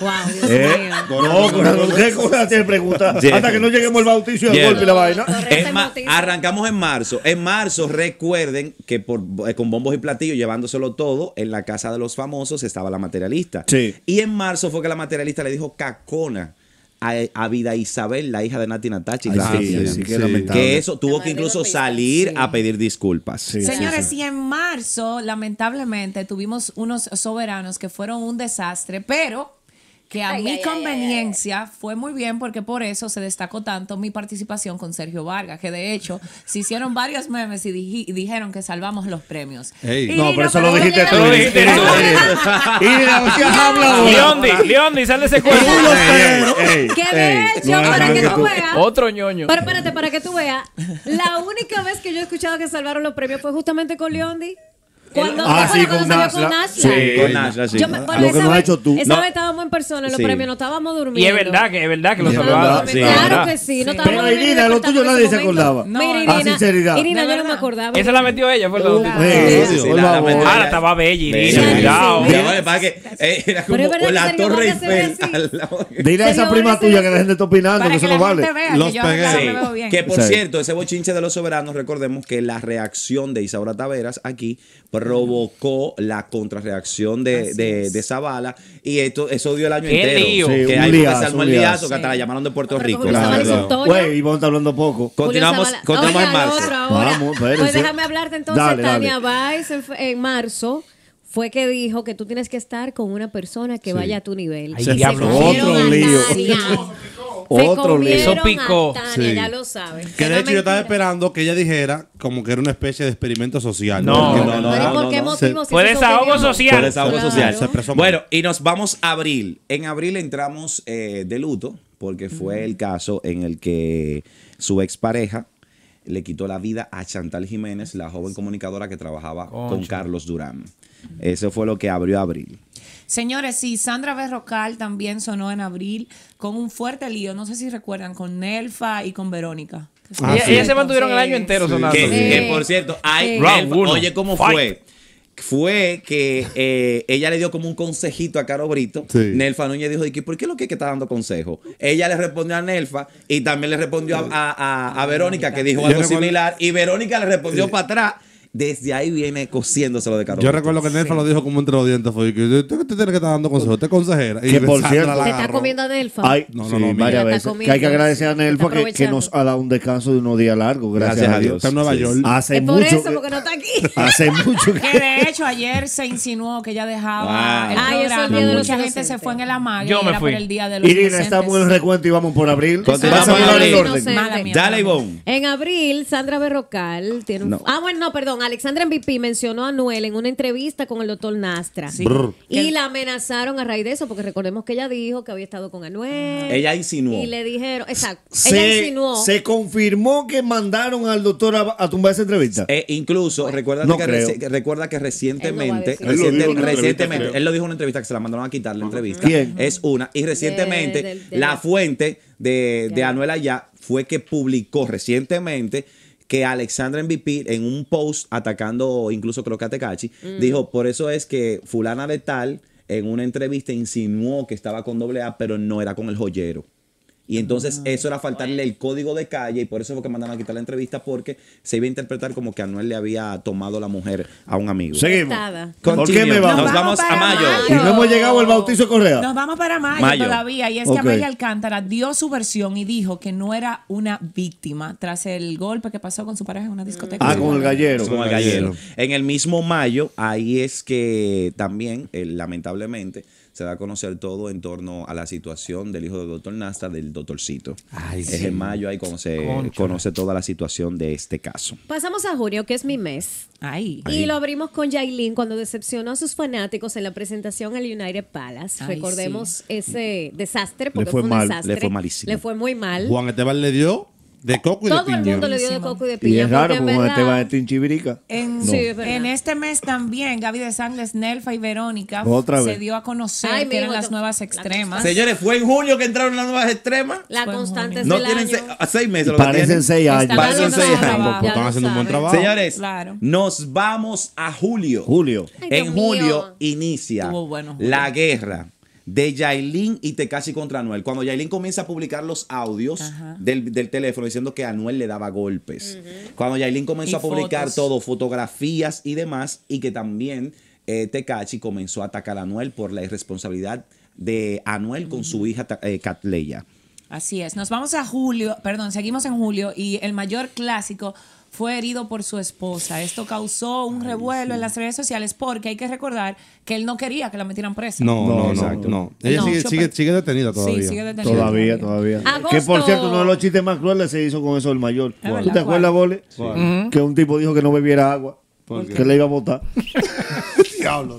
Speaker 5: Wow, Dios
Speaker 4: ¿Eh?
Speaker 5: mío.
Speaker 4: No, Correa, no sé Correa tiene preguntas.
Speaker 3: Yeah.
Speaker 4: Hasta que no lleguemos al bautizo y al
Speaker 3: Yeah.
Speaker 4: golpe y la vaina.
Speaker 5: Correa
Speaker 3: Es
Speaker 5: se
Speaker 3: ma-
Speaker 5: emotiza.
Speaker 3: arrancamos en marzo. En marzo, recuerden que por, eh, con bombos y platillos, llevándoselo todo, en la casa de los famosos estaba la materialista.
Speaker 4: Sí.
Speaker 3: Y en marzo fue que la materialista le dijo cacona a, a Vida Isabel, la hija de Nati Natachi.
Speaker 4: Ay,
Speaker 3: la-
Speaker 4: sí, sí,
Speaker 8: Sí.
Speaker 4: qué lamentable.
Speaker 3: que eso tuvo
Speaker 5: La madre
Speaker 3: que incluso
Speaker 5: de Pisa,
Speaker 3: salir
Speaker 5: sí.
Speaker 3: a pedir disculpas.
Speaker 4: Sí, sí,
Speaker 6: Señores,
Speaker 4: sí.
Speaker 6: y en marzo, lamentablemente, tuvimos unos soberanos que fueron un desastre, pero que a
Speaker 5: Ay,
Speaker 6: mi
Speaker 5: ay, ay,
Speaker 6: conveniencia fue muy bien porque por eso se destacó tanto mi participación con Sergio Vargas, que de hecho se hicieron varios memes y, diji- y dijeron que salvamos los premios.
Speaker 8: Ey.
Speaker 6: Y
Speaker 4: No, pero eso lo dijiste tú.
Speaker 5: Eso
Speaker 2: lo dijiste tú.
Speaker 4: Y la o sea, habla ahora.
Speaker 2: Leondi, Leondi, sal de ese cuerpo.
Speaker 4: Ey, ey,
Speaker 5: ¿Qué
Speaker 4: ey,
Speaker 5: había hecho?
Speaker 4: no,
Speaker 5: para
Speaker 4: no,
Speaker 5: que
Speaker 4: no,
Speaker 5: tú
Speaker 4: no.
Speaker 5: veas.
Speaker 2: Otro ñoño.
Speaker 5: Pero espérate, para que tú veas, la única vez que yo he escuchado que salvaron los premios fue justamente con Leondi. Cuando,
Speaker 4: Ah,
Speaker 5: ¿te acuerdas
Speaker 4: sí, con
Speaker 5: cuando salió con
Speaker 4: Nasla.
Speaker 5: Nasla.
Speaker 3: Sí, con Nasla, sí.
Speaker 5: Yo me- bueno,
Speaker 4: Lo que
Speaker 5: esa
Speaker 4: no has
Speaker 5: vez-
Speaker 4: hecho tú.
Speaker 5: Esa
Speaker 3: No.
Speaker 5: vez estábamos en persona en los
Speaker 3: Sí.
Speaker 5: premios, no estábamos durmiendo.
Speaker 2: Y es verdad que es verdad que lo
Speaker 4: Y es
Speaker 2: salvaron.
Speaker 4: verdad,
Speaker 2: Es
Speaker 3: sí.
Speaker 5: Claro
Speaker 2: verdad.
Speaker 5: que sí, no estábamos
Speaker 4: Pero
Speaker 5: durmiendo,
Speaker 4: Irina, lo
Speaker 5: despertamos
Speaker 4: tuyo
Speaker 5: en
Speaker 4: nadie
Speaker 5: ese
Speaker 4: se
Speaker 5: momento.
Speaker 4: acordaba.
Speaker 6: No,
Speaker 5: Mira,
Speaker 6: no.
Speaker 5: Irina,
Speaker 4: A sinceridad.
Speaker 5: Irina,
Speaker 6: De
Speaker 5: yo no me
Speaker 6: verdad.
Speaker 5: acordaba.
Speaker 2: Esa la metió ella, fue la
Speaker 4: Ey,
Speaker 3: Sí,
Speaker 4: sí,
Speaker 3: sí,
Speaker 4: por
Speaker 3: la- la-
Speaker 4: favor.
Speaker 2: Ahora estaba bella, Irina,
Speaker 3: Sí.
Speaker 2: cuidado.
Speaker 3: Ya, vale, para que, eh, era como
Speaker 5: Pero es verdad que
Speaker 3: la
Speaker 5: Sergio
Speaker 3: Torre
Speaker 5: Vargas se ve
Speaker 3: Eiffel.
Speaker 5: así.
Speaker 3: al lado.
Speaker 4: Dile a
Speaker 5: Señores,
Speaker 4: esa prima tuya que la gente está opinando,
Speaker 6: para
Speaker 4: que
Speaker 6: que
Speaker 4: eso
Speaker 6: la
Speaker 4: no vale.
Speaker 6: gente vea
Speaker 8: Los
Speaker 6: que yo ahora
Speaker 8: pegué.
Speaker 6: me veo bien.
Speaker 3: Que por
Speaker 4: Sí.
Speaker 3: cierto, ese bochinche de los soberanos, recordemos que la reacción de Isaura Taveras aquí provocó la contrarreacción de, de, de Zavala y esto, eso dio el año
Speaker 2: ¡Qué
Speaker 3: entero.
Speaker 2: lío!
Speaker 4: Sí,
Speaker 3: que
Speaker 4: un
Speaker 3: ahí fue que se
Speaker 4: liazo,
Speaker 3: armó
Speaker 4: un
Speaker 3: el
Speaker 4: liazo.
Speaker 3: liazo, que hasta la llamaron de Puerto
Speaker 5: Pero
Speaker 3: Rico.
Speaker 5: Julio Zavala hizo
Speaker 3: Claro.
Speaker 5: todo. Toño.
Speaker 4: Güey, y vamos a estar hablando poco.
Speaker 3: Continuamos,
Speaker 5: Julio Zavala.
Speaker 3: continuamos en
Speaker 5: Oiga,
Speaker 3: marzo.
Speaker 5: otro ahora.
Speaker 4: Vamos, espérense.
Speaker 5: pues déjame hablarte entonces,
Speaker 4: Dale, dale.
Speaker 5: Tania Weiss, en, fe- en marzo. Fue que dijo que tú tienes que estar con una persona que vaya a tu nivel.
Speaker 2: Ay,
Speaker 5: Y se
Speaker 2: diablo.
Speaker 5: comieron
Speaker 4: Otro
Speaker 5: a
Speaker 4: lío.
Speaker 5: Tania. Se
Speaker 4: Otro lío.
Speaker 5: comieron
Speaker 2: Eso picó.
Speaker 5: a Tania,
Speaker 8: Sí.
Speaker 5: Ya lo sabes.
Speaker 8: Que
Speaker 5: Era
Speaker 8: de hecho yo estaba
Speaker 5: mentira.
Speaker 8: esperando que ella dijera como que era una especie de experimento social.
Speaker 2: No,
Speaker 8: Porque
Speaker 3: no, no.
Speaker 5: Pero ¿y ¿Por qué
Speaker 3: no.
Speaker 5: motivo? Si
Speaker 2: Fue
Speaker 5: eso
Speaker 2: desahogo
Speaker 5: opinamos.
Speaker 2: social.
Speaker 3: Por desahogo
Speaker 5: Claro.
Speaker 3: social.
Speaker 8: Se expresó mal.
Speaker 3: Bueno, y nos vamos a abril. En abril entramos eh, de luto porque fue el caso en el que su expareja le quitó la vida a Chantal Jiménez, la joven comunicadora que trabajaba con
Speaker 2: Concho.
Speaker 3: Carlos Durán. Eso fue lo que abrió abril.
Speaker 6: Señores, sí, Sandra Berrocal también sonó en abril con un fuerte lío, no sé si recuerdan, con Nelfa y con Verónica.
Speaker 8: Ah,
Speaker 2: Ellas
Speaker 8: sí.
Speaker 2: ellas se mantuvieron el año entero sonando.
Speaker 3: Que,
Speaker 5: Sí.
Speaker 3: que, por cierto, hay,
Speaker 5: Sí.
Speaker 2: Round uno.
Speaker 3: oye cómo
Speaker 2: Fight.
Speaker 3: fue. Fue que eh, ella le dio como un consejito a Caro Brito.
Speaker 8: Sí.
Speaker 3: Nelfa Núñez dijo, ¿y qué- por qué lo que, que está dando consejo? Ella le respondió a Nelfa y también le respondió a, a- a- a Verónica, que dijo
Speaker 8: Yo
Speaker 3: algo
Speaker 8: recuerdo-
Speaker 3: similar. Y Verónica le respondió para atrás. Desde ahí viene cosiéndose lo de Caro
Speaker 8: Yo
Speaker 3: Brito.
Speaker 8: recuerdo que Nelfa lo dijo como entre los dientes. Fue que usted te tiene que estar dando consejos. Usted es consejera. Y
Speaker 4: Que por
Speaker 8: Sandra
Speaker 4: cierto-
Speaker 8: la
Speaker 5: Se está
Speaker 8: agarró.
Speaker 5: comiendo a Delfa.
Speaker 4: Ay,
Speaker 8: No,
Speaker 4: no,
Speaker 8: no, no, mira.
Speaker 4: varias
Speaker 5: Está
Speaker 4: veces.
Speaker 5: comiendo,
Speaker 4: Que hay que agradecer a
Speaker 5: está
Speaker 4: Nelfa que, que
Speaker 5: aprovechando.
Speaker 4: nos ha dado un descanso de unos días largos, gracias, a Dios.
Speaker 8: Está en Nueva
Speaker 3: Sí.
Speaker 8: York.
Speaker 4: Hace
Speaker 5: Es por
Speaker 4: mucho
Speaker 5: eso,
Speaker 4: que-
Speaker 5: porque no está aquí.
Speaker 4: hace mucho que
Speaker 6: Que de hecho ayer se insinuó que ella dejaba
Speaker 3: Wow.
Speaker 6: el
Speaker 4: Ah,
Speaker 5: Ay, eso es el
Speaker 6: programa.
Speaker 5: Día de los
Speaker 6: Mucha gente
Speaker 5: Inocentes.
Speaker 6: se fue en el amague.
Speaker 2: Yo
Speaker 6: y
Speaker 2: me
Speaker 6: era
Speaker 2: fui.
Speaker 6: Por el día de los
Speaker 4: Irina,
Speaker 6: Inocentes.
Speaker 4: estamos en el recuento y vamos por abril. Vamos
Speaker 3: Continuamos
Speaker 4: a
Speaker 3: en
Speaker 4: el
Speaker 3: abril.
Speaker 4: orden.
Speaker 6: Mala mía,
Speaker 3: Dale,
Speaker 6: mala mía.
Speaker 3: Ivonne.
Speaker 5: En abril, Sandra Berrocal tiene un-
Speaker 3: No.
Speaker 5: Ah, bueno, no, perdón. Alexandra MVP mencionó a Noel en una entrevista con el doctor Nastra.
Speaker 6: Sí.
Speaker 8: Brr.
Speaker 5: Y la amenazaron a raíz de eso, porque recordemos que ella dijo que había estado con Anuel.
Speaker 3: Ella insinuó.
Speaker 5: Y le dijeron, exacto, ella
Speaker 4: Se,
Speaker 5: insinuó.
Speaker 4: se confirmó que mandaron al doctor a, a tumbar esa entrevista.
Speaker 3: E incluso recuerda,
Speaker 4: No
Speaker 3: que
Speaker 4: creo.
Speaker 3: reci- que recuerda que
Speaker 5: Él
Speaker 3: recientemente,
Speaker 5: lo va a decir. Él lo
Speaker 3: reciente-
Speaker 5: dijo en una
Speaker 7: entrevista,
Speaker 3: recientemente,
Speaker 7: creo.
Speaker 3: él lo dijo en una entrevista que se la mandaron a quitar la entrevista.
Speaker 4: ¿Quién?
Speaker 3: Es una. Y recientemente,
Speaker 5: del- del-
Speaker 3: la fuente de, de
Speaker 5: Ya.
Speaker 3: Anuel Allá fue que publicó recientemente que Alexandra MVP en un post atacando incluso creo que a Tecachi,
Speaker 5: Mm.
Speaker 3: dijo, por eso es que fulana de tal en una entrevista insinuó que estaba con doble A, pero no era con el joyero. Y entonces eso era faltarle el código de calle y por eso fue que mandaron a quitar la entrevista porque se iba a interpretar como que Anuel le había tomado la mujer a un amigo.
Speaker 4: Seguimos.
Speaker 5: Estada.
Speaker 4: ¿Por qué me
Speaker 3: Continue.
Speaker 4: vamos?
Speaker 3: Nos vamos a
Speaker 6: para
Speaker 3: mayo.
Speaker 4: Y no hemos llegado al bautizo de Correa.
Speaker 6: Nos vamos para mayo,
Speaker 3: Mayo.
Speaker 6: todavía. Y es
Speaker 4: Ok.
Speaker 6: que Amelia Alcántara dio su versión y dijo que no era una víctima tras el golpe que pasó con su pareja en una discoteca.
Speaker 4: Ah, con el gallero.
Speaker 3: Con el gallero. En el mismo mayo, ahí es que también, eh, lamentablemente, se da a conocer todo en torno a la situación del hijo del doctor Nasta, del doctorcito.
Speaker 2: Ay,
Speaker 3: es
Speaker 2: sí.
Speaker 3: en mayo ahí cuando se
Speaker 2: Cónchale.
Speaker 3: conoce toda la situación de este caso.
Speaker 5: Pasamos a junio, que es mi mes.
Speaker 6: Ay.
Speaker 5: Y lo abrimos con Yailin cuando decepcionó a sus fanáticos en la presentación al United Palace.
Speaker 6: Ay,
Speaker 5: Recordemos ese desastre, porque
Speaker 4: Le fue
Speaker 5: fue, un
Speaker 4: mal, le
Speaker 5: desastre.
Speaker 3: fue malísimo.
Speaker 5: Le fue muy mal.
Speaker 8: Juan Esteban le dio de coco y de
Speaker 5: Todo
Speaker 8: piña.
Speaker 5: el mundo le dio de
Speaker 6: Malísimo.
Speaker 5: coco y de piña.
Speaker 4: Y es raro este
Speaker 5: porque en
Speaker 4: porque Juan
Speaker 5: verdad-
Speaker 4: Esteban es tinchibirica.
Speaker 6: En,
Speaker 5: Sí, es verdad.
Speaker 6: en este mes también, Gaby de Sangles, Nelfa y Verónica
Speaker 4: Otra
Speaker 6: se
Speaker 4: vez.
Speaker 6: dio a conocer
Speaker 5: Ay,
Speaker 6: que eran
Speaker 5: mijo,
Speaker 6: las
Speaker 5: la-
Speaker 6: nuevas
Speaker 5: la-
Speaker 6: extremas.
Speaker 3: Señores, fue en junio que entraron las nuevas extremas.
Speaker 5: La
Speaker 6: Fue en
Speaker 5: constante es
Speaker 3: No
Speaker 5: del
Speaker 3: tienen
Speaker 5: año.
Speaker 3: se- a seis meses. lo que tienen.
Speaker 4: Parecen seis
Speaker 5: Están
Speaker 4: años.
Speaker 3: Parecen
Speaker 5: haciendo
Speaker 3: seis
Speaker 5: su
Speaker 3: años.
Speaker 5: trabajo,
Speaker 8: Están
Speaker 5: ya
Speaker 8: haciendo un buen
Speaker 5: lo sabes.
Speaker 8: trabajo.
Speaker 3: Señores,
Speaker 6: Claro.
Speaker 3: nos vamos a julio.
Speaker 4: Julio.
Speaker 5: Ay, Dios
Speaker 3: en julio
Speaker 5: mío.
Speaker 3: inicia
Speaker 6: Estuvo bueno, Julio.
Speaker 3: la guerra de Yailin y Tekashi contra Anuel. Cuando Yailin comienza a publicar los audios
Speaker 6: Ajá.
Speaker 3: del, del teléfono diciendo que Anuel le daba golpes. Cuando Yailin comenzó
Speaker 6: Y
Speaker 3: a publicar
Speaker 6: fotos.
Speaker 3: todo, fotografías y demás, y que también eh, Tekashi comenzó a atacar a Anuel por la irresponsabilidad de Anuel con su hija Ta- eh, Catleya.
Speaker 6: Así es. Nos vamos a julio, perdón, seguimos en julio y el mayor clásico fue herido por su esposa. Esto causó un revuelo en las redes sociales porque hay que recordar que él no quería que la metieran presa.
Speaker 8: No, no, no,
Speaker 3: exacto.
Speaker 8: no. Ella
Speaker 6: No,
Speaker 8: sigue,
Speaker 6: yo
Speaker 8: sigue,
Speaker 6: pa-
Speaker 8: sigue detenida todavía.
Speaker 6: Sí, sigue detenida.
Speaker 4: Todavía, todavía.
Speaker 5: Agosto.
Speaker 4: Que por cierto, uno de los chistes más crueles se hizo con eso del mayor.
Speaker 6: verdad,
Speaker 4: ¿Tú te
Speaker 6: ¿cuál?
Speaker 4: acuerdas, Bole? Que un tipo dijo que no bebiera agua. Que le iba a botar.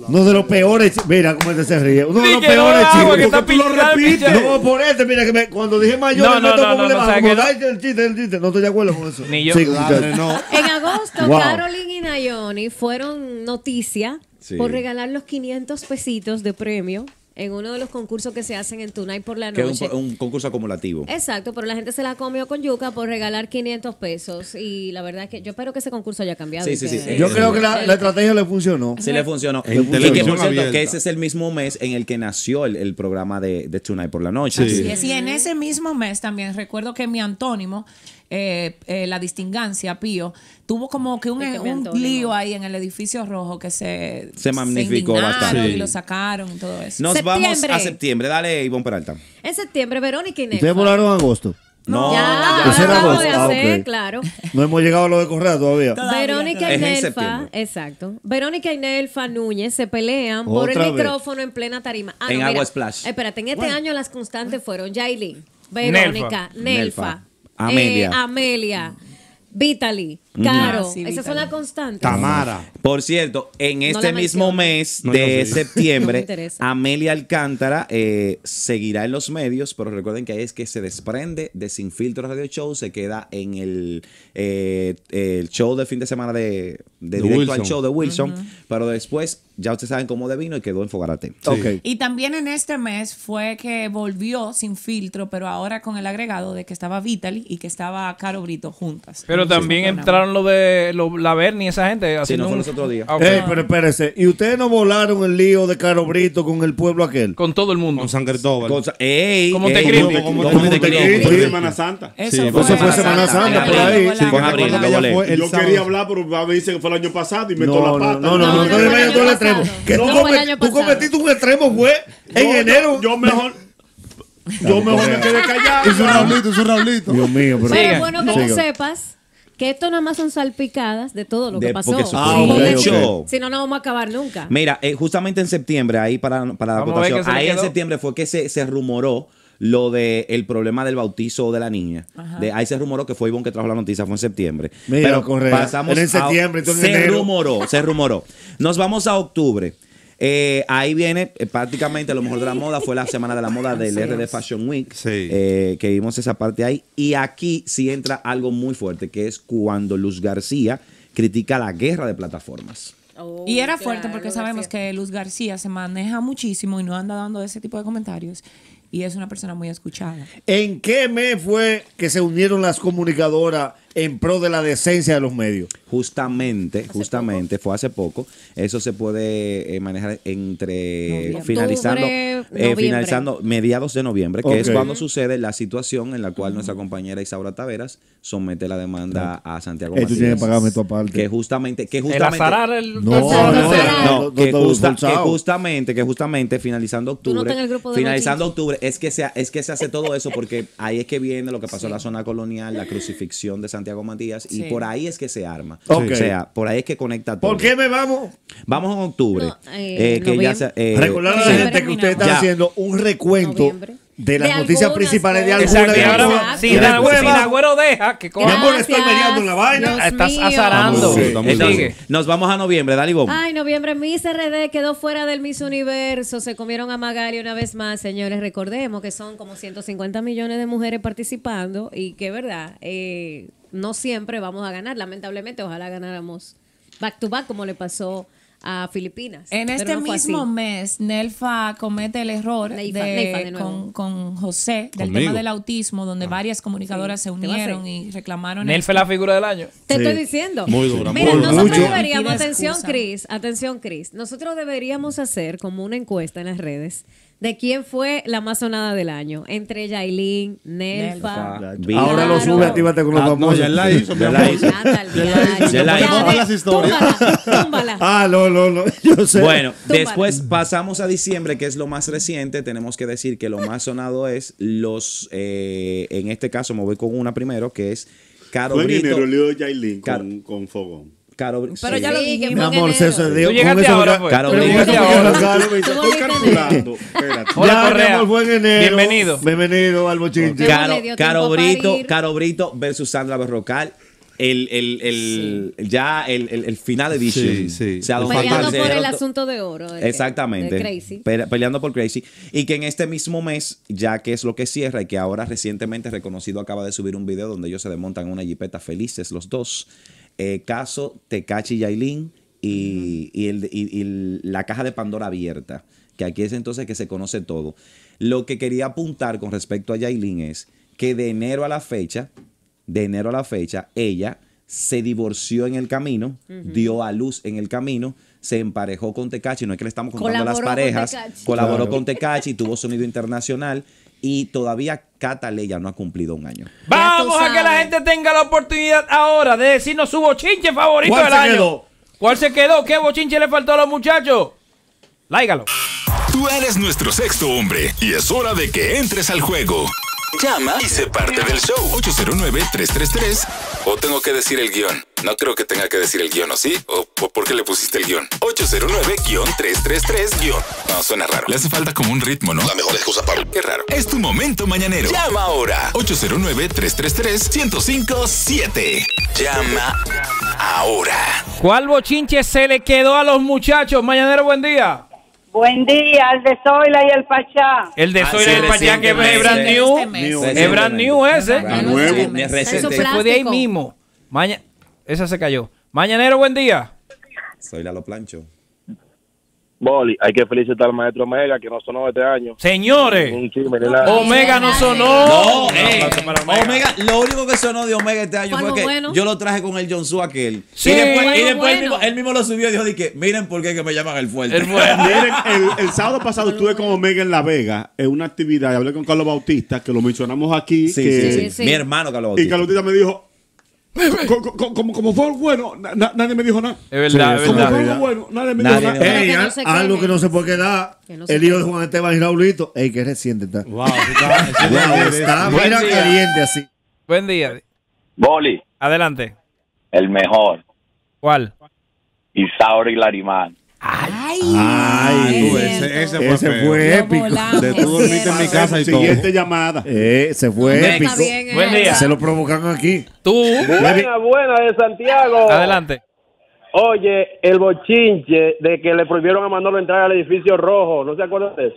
Speaker 4: Uno de los peores. chi- Mira cómo este se ríe. Uno de
Speaker 2: Ni
Speaker 4: los
Speaker 2: que no
Speaker 4: peores
Speaker 2: da agua, que
Speaker 4: chistes.
Speaker 2: está
Speaker 4: Tú lo
Speaker 2: pinchado,
Speaker 4: repites.
Speaker 2: pinchado.
Speaker 4: No, por este, mira que me- cuando dije mayor,
Speaker 2: No,
Speaker 4: él
Speaker 2: no,
Speaker 4: me tocó
Speaker 2: no, no,
Speaker 4: le
Speaker 2: no,
Speaker 4: bajó,
Speaker 2: ¿sabes
Speaker 4: como,
Speaker 2: qué no?
Speaker 4: "Ay, el chiste, el chiste. No estoy de acuerdo con eso.
Speaker 2: Ni yo.
Speaker 4: Sí, muchacho.
Speaker 8: Madre, no.
Speaker 5: En agosto,
Speaker 4: Wow.
Speaker 5: Caroline y Nayoni fueron noticia
Speaker 3: Sí.
Speaker 5: por regalar los 500 pesitos de premio en uno de los concursos que se hacen en Tonight por la
Speaker 3: Que
Speaker 5: noche.
Speaker 3: es un, un concurso acumulativo.
Speaker 5: Exacto, pero la gente se la comió con yuca por regalar 500 pesos y la verdad que yo espero que ese concurso haya cambiado.
Speaker 3: Sí,
Speaker 5: y
Speaker 3: sí,
Speaker 5: que-
Speaker 3: sí.
Speaker 4: Yo creo que
Speaker 2: Eh,
Speaker 4: la, la estrategia le funcionó.
Speaker 3: Sí le funcionó.
Speaker 8: En
Speaker 3: Y que,
Speaker 8: televisión
Speaker 3: por cierto,
Speaker 8: abierta.
Speaker 3: que ese es el mismo mes en el que nació el, el programa de, de Tonight por la noche.
Speaker 8: Sí.
Speaker 6: Así es. Y en ese mismo mes también recuerdo que mi antónimo eh, eh, la distingancia, Pío, tuvo como que un,
Speaker 5: Y que me
Speaker 6: un
Speaker 5: antojo,
Speaker 6: lío
Speaker 5: ¿no?
Speaker 6: ahí en el edificio rojo que se,
Speaker 3: Se magnificó
Speaker 6: indignaron
Speaker 3: bastante.
Speaker 6: y lo sacaron y todo eso.
Speaker 3: Nos vamos
Speaker 5: Septiembre.
Speaker 3: a septiembre. Dale, Ivonne Peralta.
Speaker 5: En septiembre, Verónica Inés.
Speaker 2: eh,
Speaker 4: Ustedes volaron en agosto.
Speaker 3: No,
Speaker 5: ya,
Speaker 4: Ese
Speaker 5: ya
Speaker 4: era
Speaker 5: lo acabo
Speaker 4: vos.
Speaker 5: de
Speaker 4: Ah,
Speaker 5: hacer,
Speaker 4: ok.
Speaker 5: claro.
Speaker 4: No hemos llegado a lo de Correa todavía.
Speaker 5: Verónica y
Speaker 3: Es en
Speaker 5: Nelfa,
Speaker 3: septiembre.
Speaker 5: exacto. Verónica y Nelfa Núñez se pelean por
Speaker 4: Otra
Speaker 5: el
Speaker 4: vez.
Speaker 5: micrófono en plena tarima. Ah,
Speaker 3: En
Speaker 5: no, mira.
Speaker 3: Agua Splash.
Speaker 5: Espérate, en este año las constantes fueron Yailin, Verónica, Nelfa,
Speaker 3: Nelfa. Amelia.
Speaker 5: eh, Amelia, Vitaly,
Speaker 3: Mm.
Speaker 5: Caro.
Speaker 6: Ah, sí,
Speaker 5: Esas son
Speaker 6: Vitaly.
Speaker 5: las constantes.
Speaker 8: Tamara.
Speaker 3: Por cierto, en este
Speaker 5: la menciono.
Speaker 3: mismo mes
Speaker 8: No, yo
Speaker 3: de
Speaker 8: sí.
Speaker 5: No me
Speaker 3: septiembre,
Speaker 5: interesa.
Speaker 3: Amelia Alcántara eh, seguirá en los medios, pero recuerden que ahí es que se desprende de Sin Filtro Radio Show, se queda en el, eh, el show del fin de semana de, de
Speaker 8: De
Speaker 3: directo al
Speaker 8: Wilson.
Speaker 3: show de Wilson, pero después ya ustedes saben cómo devino y quedó en Fogarate.
Speaker 4: Ok.
Speaker 6: Y también en este mes fue que volvió sin filtro, pero ahora con el agregado de que estaba Vitaly y que estaba Caro Brito juntas.
Speaker 2: Pero
Speaker 6: Sí,
Speaker 2: también
Speaker 6: programa.
Speaker 2: entraron lo de lo- la Bernie y esa gente. haciendo
Speaker 3: no fue
Speaker 2: un-
Speaker 3: los otros días.
Speaker 2: Ah, ok.
Speaker 4: Ey, pero espérese. ¿Y ustedes no volaron el lío de Caro Brito con el pueblo aquel?
Speaker 2: Con todo el mundo.
Speaker 8: Con San Cristóbal.
Speaker 3: Cosa- ey,
Speaker 2: ¿Cómo te
Speaker 3: ey,
Speaker 2: critico?
Speaker 8: ¿Cómo
Speaker 3: ¿cómo- cómo
Speaker 8: te
Speaker 3: te
Speaker 8: critico?
Speaker 3: critico?
Speaker 7: Fue
Speaker 8: Sí.
Speaker 7: Semana Santa.
Speaker 6: Eso,
Speaker 8: Sí,
Speaker 6: fue,
Speaker 8: eso fue
Speaker 3: Semana Santa,
Speaker 6: en abril,
Speaker 3: por ahí.
Speaker 6: fue
Speaker 3: Sí,
Speaker 6: la-
Speaker 3: con abril,
Speaker 8: Ella
Speaker 3: no volé.
Speaker 8: fue el
Speaker 7: Yo
Speaker 8: sábado.
Speaker 7: quería hablar, pero me dicen que fue el año pasado y me
Speaker 4: No,
Speaker 7: toda la
Speaker 4: no, no,
Speaker 7: pata.
Speaker 4: no, no,
Speaker 5: No,
Speaker 4: no
Speaker 5: fue
Speaker 4: te
Speaker 5: el
Speaker 4: vayas
Speaker 5: año
Speaker 4: tú al
Speaker 5: pasado.
Speaker 4: extremo. Que
Speaker 5: No,
Speaker 4: tú,
Speaker 5: fue el
Speaker 4: come-
Speaker 5: año
Speaker 4: tú
Speaker 5: pasado.
Speaker 4: cometiste un extremo, fue en
Speaker 7: Yo-
Speaker 4: enero.
Speaker 7: Yo mejor. Yo mejor me quedé
Speaker 8: Es un
Speaker 7: callado.
Speaker 8: Raulito, es un Raulito.
Speaker 4: Dios mío, pero.
Speaker 2: Sigan.
Speaker 5: Pero bueno que tú
Speaker 4: Sigan.
Speaker 5: sepas que esto nada más son salpicadas de todo lo que
Speaker 3: De-
Speaker 5: pasó.
Speaker 3: porque eso
Speaker 4: Ah, fue ok,
Speaker 3: mucho. ok.
Speaker 5: Si no, no vamos a acabar nunca.
Speaker 3: Mira, eh, justamente en septiembre, ahí para, para la
Speaker 2: Vamos a ver
Speaker 3: votación,
Speaker 2: qué se le
Speaker 3: ahí en
Speaker 2: quedó.
Speaker 3: septiembre fue que se, se rumoró lo de el problema del bautizo de la niña. De, ahí se rumoró que fue Ivonne que trajo la noticia, fue en septiembre.
Speaker 4: Mira,
Speaker 3: Pero
Speaker 4: Correa,
Speaker 3: pasamos
Speaker 4: era en
Speaker 3: a-
Speaker 4: septiembre, tú en
Speaker 3: se
Speaker 4: enero.
Speaker 3: rumoró, se rumoró. Nos vamos a octubre. Eh, ahí viene eh, prácticamente lo mejor de la moda, fue la semana de la moda del RD Fashion Week,
Speaker 8: Sí.
Speaker 3: eh, que vimos esa parte ahí. Y aquí sí entra algo muy fuerte, que es cuando Luz García critica la guerra de plataformas.
Speaker 5: Oh,
Speaker 6: Y era
Speaker 5: claro,
Speaker 6: fuerte porque
Speaker 5: gracias.
Speaker 6: sabemos que Luz García se maneja muchísimo y no anda dando ese tipo de comentarios. Y es una persona muy escuchada.
Speaker 4: ¿En qué mes fue que se unieron las comunicadoras en pro de la decencia de los medios?
Speaker 3: Justamente, justamente, fue hace poco. Eso se puede eh, manejar entre
Speaker 5: Noviembre.
Speaker 3: finalizando,
Speaker 5: Octubre,
Speaker 3: eh,
Speaker 5: noviembre.
Speaker 3: finalizando mediados de noviembre, que es
Speaker 4: Ok.
Speaker 3: cuando sucede la situación en la cual nuestra compañera Isaura Taveras somete la demanda a Santiago
Speaker 4: Eh, tú tienes
Speaker 3: Martínez.
Speaker 4: que pagarme tu aparte.
Speaker 3: Que justamente, que
Speaker 2: El
Speaker 3: justamente.
Speaker 2: azarar el.
Speaker 4: No,
Speaker 5: Exacto,
Speaker 4: no,
Speaker 5: exacto.
Speaker 3: No,
Speaker 4: No,
Speaker 3: que,
Speaker 4: no, no,
Speaker 3: justa-
Speaker 4: forzado.
Speaker 3: que justamente, que justamente finalizando
Speaker 5: Tú no
Speaker 3: octubre,
Speaker 5: estás en el grupo de
Speaker 3: finalizando octubre, es que se, ha- es que se hace todo eso porque ahí es que viene lo que pasó en la zona colonial, la crucifixión de Santiago Matías y
Speaker 6: Sí.
Speaker 3: por ahí es que se arma.
Speaker 4: Ok.
Speaker 3: O sea, por ahí es que conecta todo.
Speaker 4: ¿Por qué me vamos?
Speaker 3: Vamos en octubre.
Speaker 5: No, eh,
Speaker 3: eh, que ya
Speaker 5: noviembre.
Speaker 3: se- eh,
Speaker 4: Recordar a la
Speaker 3: sí.
Speaker 5: noviembre
Speaker 4: gente que ustedes están
Speaker 3: Ya.
Speaker 4: haciendo un recuento
Speaker 5: Noviembre.
Speaker 4: de las
Speaker 5: De
Speaker 4: noticias
Speaker 5: algunas
Speaker 4: principales de
Speaker 5: cosas.
Speaker 4: alguna
Speaker 2: Exacto.
Speaker 5: Una
Speaker 4: de
Speaker 2: y
Speaker 4: las
Speaker 2: ahora,
Speaker 5: hueva.
Speaker 2: si,
Speaker 4: de las
Speaker 2: la,
Speaker 4: huevas.
Speaker 2: si la güero deja, que
Speaker 4: Mi
Speaker 2: coja.
Speaker 4: amor, estoy
Speaker 5: Gracias,
Speaker 4: mediando en la vaina.
Speaker 5: Dios
Speaker 2: Ah, Estás
Speaker 5: mío.
Speaker 2: azarando.
Speaker 8: Sí, estamos
Speaker 3: Entonces,
Speaker 2: Sigue.
Speaker 3: nos vamos a noviembre, dale Ivonne.
Speaker 5: Ay, noviembre, Miss RD quedó fuera del Miss Universo. Se comieron a Magali una vez más, señores. Recordemos que son como 150 millones de mujeres participando y que, verdad, eh, no siempre vamos a ganar. Lamentablemente, ojalá ganáramos back to back, como le pasó a Filipinas.
Speaker 6: En
Speaker 5: Pero
Speaker 6: este
Speaker 5: no fue así.
Speaker 6: mismo mes, Nelfa comete el error
Speaker 5: Neifa,
Speaker 6: de-
Speaker 5: Neifa, de nuevo.
Speaker 6: con, con José del
Speaker 8: Conmigo. Ah.
Speaker 6: tema del autismo, donde varias comunicadoras
Speaker 5: Sí,
Speaker 6: se
Speaker 5: te vas a
Speaker 6: unieron
Speaker 5: ir.
Speaker 6: y reclamaron.
Speaker 2: Nelf es la figura del año.
Speaker 5: Te
Speaker 4: Sí.
Speaker 5: estoy diciendo.
Speaker 8: Muy dura,
Speaker 5: Mira,
Speaker 8: muy dura.
Speaker 5: nosotros
Speaker 4: Mucho.
Speaker 5: deberíamos,
Speaker 6: Pide
Speaker 5: atención,
Speaker 6: excusa.
Speaker 5: Cris, atención, Cris. Nosotros deberíamos hacer como una encuesta en las redes de quién fue la más sonada del año. Entre Yailin, Nelfa.
Speaker 3: Nelfa.
Speaker 4: Ahora lo sube, actívate con los
Speaker 8: Ah, no,
Speaker 4: famosos.
Speaker 8: ya él la hizo, mi
Speaker 3: Ya
Speaker 8: amor.
Speaker 3: la hizo.
Speaker 5: Nata,
Speaker 8: hizo.
Speaker 3: Ya la hizo.
Speaker 5: Albiade.
Speaker 8: Baja las historias.
Speaker 5: Túmbala, túmbala.
Speaker 4: Ah, no, no, no. Yo sé.
Speaker 3: Bueno,
Speaker 5: Túmbala.
Speaker 3: después pasamos a diciembre, que es lo más reciente. Tenemos que decir que lo más sonado es los, eh, en este caso me voy con una primero, que es Caro
Speaker 7: Fue en
Speaker 3: Brito.
Speaker 7: enero el lío de Yailin
Speaker 3: Car-
Speaker 7: con, con Fogón.
Speaker 3: Caro Bri-
Speaker 6: Pero
Speaker 3: sí.
Speaker 6: ya lo
Speaker 5: Sí, que
Speaker 6: dijimos.
Speaker 4: mi amor,
Speaker 5: Enero.
Speaker 4: César,
Speaker 2: Tú llegaste ahora, pues.
Speaker 3: Caro
Speaker 2: Tú
Speaker 3: Brito.
Speaker 2: llegaste ahora.
Speaker 7: Ah,
Speaker 5: Tú
Speaker 7: Estoy
Speaker 5: volviste en
Speaker 7: calculando. Espérate.
Speaker 2: Hola,
Speaker 4: ya, mi
Speaker 2: Correa.
Speaker 4: amor, fue en enero.
Speaker 2: Bienvenido.
Speaker 4: Bienvenido al bochinche.
Speaker 5: Ok.
Speaker 3: Caro,
Speaker 5: le dio tiempo
Speaker 3: Caro
Speaker 5: a
Speaker 3: Brito,
Speaker 5: parir.
Speaker 3: Caro Brito versus Sandra Berrocal. El, el, el, Ya el, el, el final edition.
Speaker 8: Sí, sí.
Speaker 3: O sea, don Juan
Speaker 5: Peleando por el
Speaker 3: Carlos-
Speaker 5: asunto de oro. del-
Speaker 3: Exactamente.
Speaker 5: del Crazy.
Speaker 3: Pe- peleando por Crazy. Y que en este mismo mes, ya que es lo que cierra y que ahora recientemente reconocido acaba de subir un video donde ellos se desmontan en una jipeta felices los dos. Eh, caso Tecachi Yailin y, y el- y- y el- la caja de Pandora abierta. Que aquí es entonces que se conoce todo. Lo que quería apuntar con respecto a Yailin es que de enero a la fecha, de enero a la fecha, ella se divorció en el camino, dio a luz en el camino, se emparejó con Tecachi, no es que le estamos contando
Speaker 5: Colaboró
Speaker 3: las
Speaker 5: con
Speaker 3: parejas,
Speaker 5: Tekashi.
Speaker 3: colaboró
Speaker 4: Claro.
Speaker 3: con Tecachi, tuvo sonido internacional y todavía Cataleya no ha cumplido un año.
Speaker 2: Vamos a que la gente tenga la oportunidad ahora de decirnos su bochinche favorito
Speaker 4: ¿Cuál
Speaker 2: del
Speaker 4: se
Speaker 2: año.
Speaker 4: quedó?
Speaker 2: ¿Cuál se quedó? ¿Qué bochinche le faltó a los muchachos? Láigalo.
Speaker 1: Tú eres nuestro sexto hombre y es hora de que entres al juego. Llama y sé parte del show. 809-333. O tengo que decir el guión. No creo que tenga que decir el guión, ¿o sí? ¿O po- por qué le pusiste el guión? 809-333. guión. No, suena raro. Le hace falta como un ritmo, ¿no? La mejor excusa para... Qué raro. Es tu momento mañanero. Llama ahora. 809-333-1057. Llama ahora.
Speaker 2: ¿Cuál bochinche se le quedó a los muchachos? Mañanero, buen día.
Speaker 9: Buen día, al de Zoila y el Pachá.
Speaker 2: El de
Speaker 3: Ah,
Speaker 2: Soy
Speaker 3: sí,
Speaker 2: del Pachá, que
Speaker 3: recientemente.
Speaker 2: es brand
Speaker 6: Este
Speaker 2: new.
Speaker 6: mes.
Speaker 4: New.
Speaker 2: Es brand new
Speaker 3: ¿eh?
Speaker 2: ese.
Speaker 7: Ah, nuevo.
Speaker 3: Es
Speaker 5: Eso
Speaker 3: reciente.
Speaker 5: plástico.
Speaker 2: Fue de ahí mismo. Maña... Esa se cayó. Mañanero, buen día.
Speaker 3: Soy Lalo Plancho.
Speaker 10: Boli, hay que felicitar al maestro Mega que no sonó este año.
Speaker 2: Señores,
Speaker 10: Un chisme ni nada.
Speaker 2: Omega no sonó.
Speaker 3: No,
Speaker 2: Eh,
Speaker 3: Omega. lo único que sonó de Omega este año
Speaker 5: Fue
Speaker 3: fue
Speaker 5: algo
Speaker 3: que
Speaker 5: bueno.
Speaker 3: yo lo traje con el John Su aquel.
Speaker 2: Sí,
Speaker 3: y después,
Speaker 2: fue
Speaker 3: y
Speaker 5: algo
Speaker 3: después él,
Speaker 5: bueno.
Speaker 3: mismo, él mismo lo subió y dijo, di que, miren por qué que me llaman el fuerte.
Speaker 2: El bueno.
Speaker 7: Miren, el, el sábado pasado estuve con Omega en La Vega en una actividad y hablé con Carlos Bautista, que lo mencionamos aquí.
Speaker 3: Sí,
Speaker 7: que-
Speaker 3: sí, sí,
Speaker 5: Sí, sí.
Speaker 3: Mi hermano Carlos
Speaker 7: Y
Speaker 3: Bautista.
Speaker 7: Carlos Bautista me dijo, "Co- co- co- como, como fue algo bueno, na- na- nadie me dijo nada.
Speaker 2: Es verdad, es
Speaker 7: Como
Speaker 2: verdad.
Speaker 7: fue algo bueno, nadie me
Speaker 3: Nadie
Speaker 7: dijo
Speaker 3: dijo
Speaker 7: nada.
Speaker 5: Pero
Speaker 3: nada.
Speaker 4: Ey,
Speaker 5: que no
Speaker 4: al-
Speaker 5: se
Speaker 4: algo
Speaker 5: queden.
Speaker 4: que no se puede quedar.
Speaker 5: Que no se
Speaker 4: el hijo de Juan Esteban y Raulito. Ey, que reciente está.
Speaker 8: Wow, tú estás-
Speaker 4: Wow, está
Speaker 2: Buen
Speaker 4: mira
Speaker 2: día.
Speaker 4: caliente así.
Speaker 2: Buen día.
Speaker 10: Boli,
Speaker 2: Adelante.
Speaker 10: el mejor.
Speaker 2: ¿Cuál?
Speaker 10: Isauri Larimán.
Speaker 6: Ay,
Speaker 4: Ay,
Speaker 8: tú,
Speaker 6: es
Speaker 8: ese,
Speaker 6: cierto.
Speaker 8: ese fue,
Speaker 4: Ese
Speaker 8: feo.
Speaker 4: fue
Speaker 6: Lo
Speaker 4: épico. este
Speaker 6: volamos,
Speaker 8: De
Speaker 6: es
Speaker 8: tú dormiste en mi
Speaker 6: cierto.
Speaker 8: casa y todo.
Speaker 7: Siguiente llamada.
Speaker 4: Eh, se
Speaker 5: Está
Speaker 4: fue épico.
Speaker 5: bien, eh.
Speaker 2: Buen día.
Speaker 4: Se lo provocaron aquí.
Speaker 2: Tú.
Speaker 10: Buena, buena de Santiago.
Speaker 2: Adelante.
Speaker 10: Oye, el bochinche de que le prohibieron a Manolo entrar al edificio rojo. ¿No se acuerdan de eso?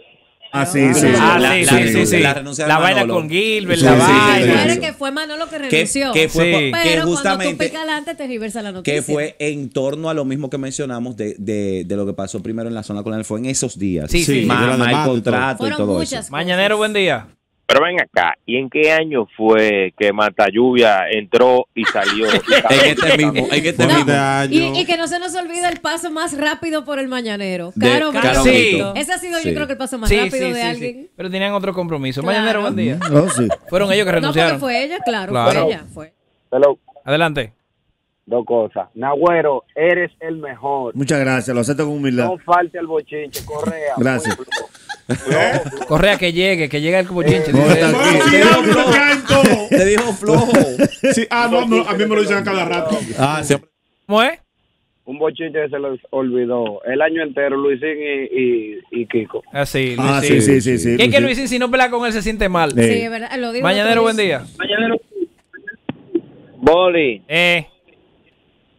Speaker 4: Ah, sí, sí.
Speaker 2: Ah,
Speaker 3: la-
Speaker 2: sí,
Speaker 3: la
Speaker 2: sí, sí,
Speaker 3: renuncia-
Speaker 2: sí.
Speaker 3: la renuncia de
Speaker 2: La vaina
Speaker 3: Manolo.
Speaker 2: con Gilbert,
Speaker 4: Sí,
Speaker 2: la
Speaker 4: sí, sí,
Speaker 2: vaina.
Speaker 5: Recuerden
Speaker 3: sí.
Speaker 5: que fue Manolo que
Speaker 3: que,
Speaker 5: renunció.
Speaker 3: que fue,
Speaker 2: Sí.
Speaker 3: por- que
Speaker 5: pero cuando tú
Speaker 3: justamente
Speaker 5: picas adelante te reversa la noticia.
Speaker 3: que fue en torno a lo mismo que mencionamos de, de, de lo que pasó primero en la zona colonial fue en esos días
Speaker 2: Sí, sí.
Speaker 3: Más-
Speaker 8: de la
Speaker 3: más
Speaker 8: demanda y
Speaker 3: el
Speaker 8: todo.
Speaker 3: contrato y
Speaker 5: Fueron
Speaker 3: todo
Speaker 5: muchas.
Speaker 3: eso
Speaker 2: Mañanero, buen día.
Speaker 10: Pero ven acá, ¿y en qué año fue que Mata Lluvia entró y salió?
Speaker 3: en este mismo en este
Speaker 8: Fue
Speaker 3: mismo
Speaker 8: de
Speaker 5: Y, y
Speaker 8: año.
Speaker 5: que no se nos olvide el paso más rápido por el mañanero.
Speaker 3: De
Speaker 5: Caro,
Speaker 3: Caro
Speaker 5: Brito.
Speaker 2: Brito.
Speaker 5: Ese ha sido,
Speaker 3: Sí.
Speaker 5: yo creo que el paso más
Speaker 2: Sí,
Speaker 5: rápido
Speaker 2: sí,
Speaker 5: de
Speaker 2: sí,
Speaker 5: alguien.
Speaker 2: sí. Pero tenían otro compromiso.
Speaker 5: Claro.
Speaker 2: Mañanero, buen día.
Speaker 4: No, sí.
Speaker 2: Fueron ellos que
Speaker 5: No, porque
Speaker 2: renunciaron.
Speaker 5: fue ella, claro,
Speaker 2: Claro.
Speaker 5: fue ella. Fue.
Speaker 10: Hello,
Speaker 2: Adelante.
Speaker 10: dos cosas. Nagüero, eres el mejor.
Speaker 4: Muchas gracias. Lo acepto con humildad.
Speaker 10: No falte al bochinche, Correa.
Speaker 4: Gracias.
Speaker 10: pueblo.
Speaker 2: Correa, que llegue, que llegue el cochinche.
Speaker 4: Eh, No,
Speaker 2: Dice
Speaker 4: está
Speaker 2: él.
Speaker 4: aquí.
Speaker 7: ¿Eh? Bueno, sí, a mí me caen todos.
Speaker 3: te dijo flojo
Speaker 7: Sí, ah, no, no, a mí me lo dicen a cada rato.
Speaker 8: Ah, siempre.
Speaker 2: ¿Cómo es?
Speaker 10: Un bochinche que se les olvidó. El año entero, Luisín y, y, y Kiko.
Speaker 2: Así,
Speaker 4: Ah, sí, sí, sí. sí,
Speaker 2: Que es que
Speaker 4: sí.
Speaker 2: Luisín, si no pelea con él, se siente mal.
Speaker 4: Eh.
Speaker 5: Sí, es verdad. Lo digo otra
Speaker 2: Mañanero, buen
Speaker 5: vez.
Speaker 2: día.
Speaker 10: Boli,
Speaker 2: Eh,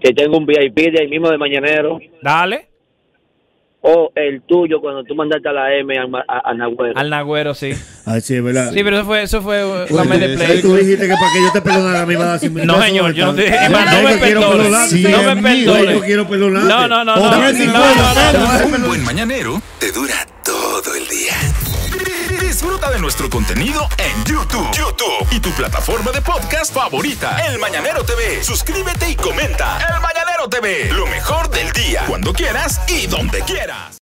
Speaker 10: que tengo un VIP de ahí mismo de Mañanero.
Speaker 2: dale.
Speaker 10: O el tuyo cuando tú mandaste a la M a, a, a Nagüero.
Speaker 2: Al Nagüero, sí. Sí,
Speaker 4: Ay, sí, es verdad.
Speaker 2: pero eso fue, eso fue eh, la
Speaker 8: Sí,
Speaker 2: mente de
Speaker 8: sí,
Speaker 4: Ahí
Speaker 2: play.
Speaker 4: tú dijiste que para que yo te perdonara me iba a dar 100 mil
Speaker 2: No,
Speaker 4: pesos,
Speaker 2: señor, yo no te-
Speaker 4: ¿verdad?
Speaker 2: es más, no
Speaker 4: Yo
Speaker 2: me
Speaker 4: quiero
Speaker 2: perdone.
Speaker 4: perdonarte.
Speaker 2: No me
Speaker 4: Cien mil,
Speaker 2: perdone.
Speaker 4: Yo quiero perdonarte.
Speaker 2: No, no, no, no.
Speaker 4: Dame
Speaker 2: No,
Speaker 4: cincuenta.
Speaker 2: no, no, no.
Speaker 1: Un buen mañanero te dura todo el día. Disfruta de nuestro contenido en YouTube. YouTube y tu plataforma de podcast favorita, El Mañanero TV. Suscríbete y comenta. El Mañanero TV, lo mejor del día, cuando quieras y donde quieras.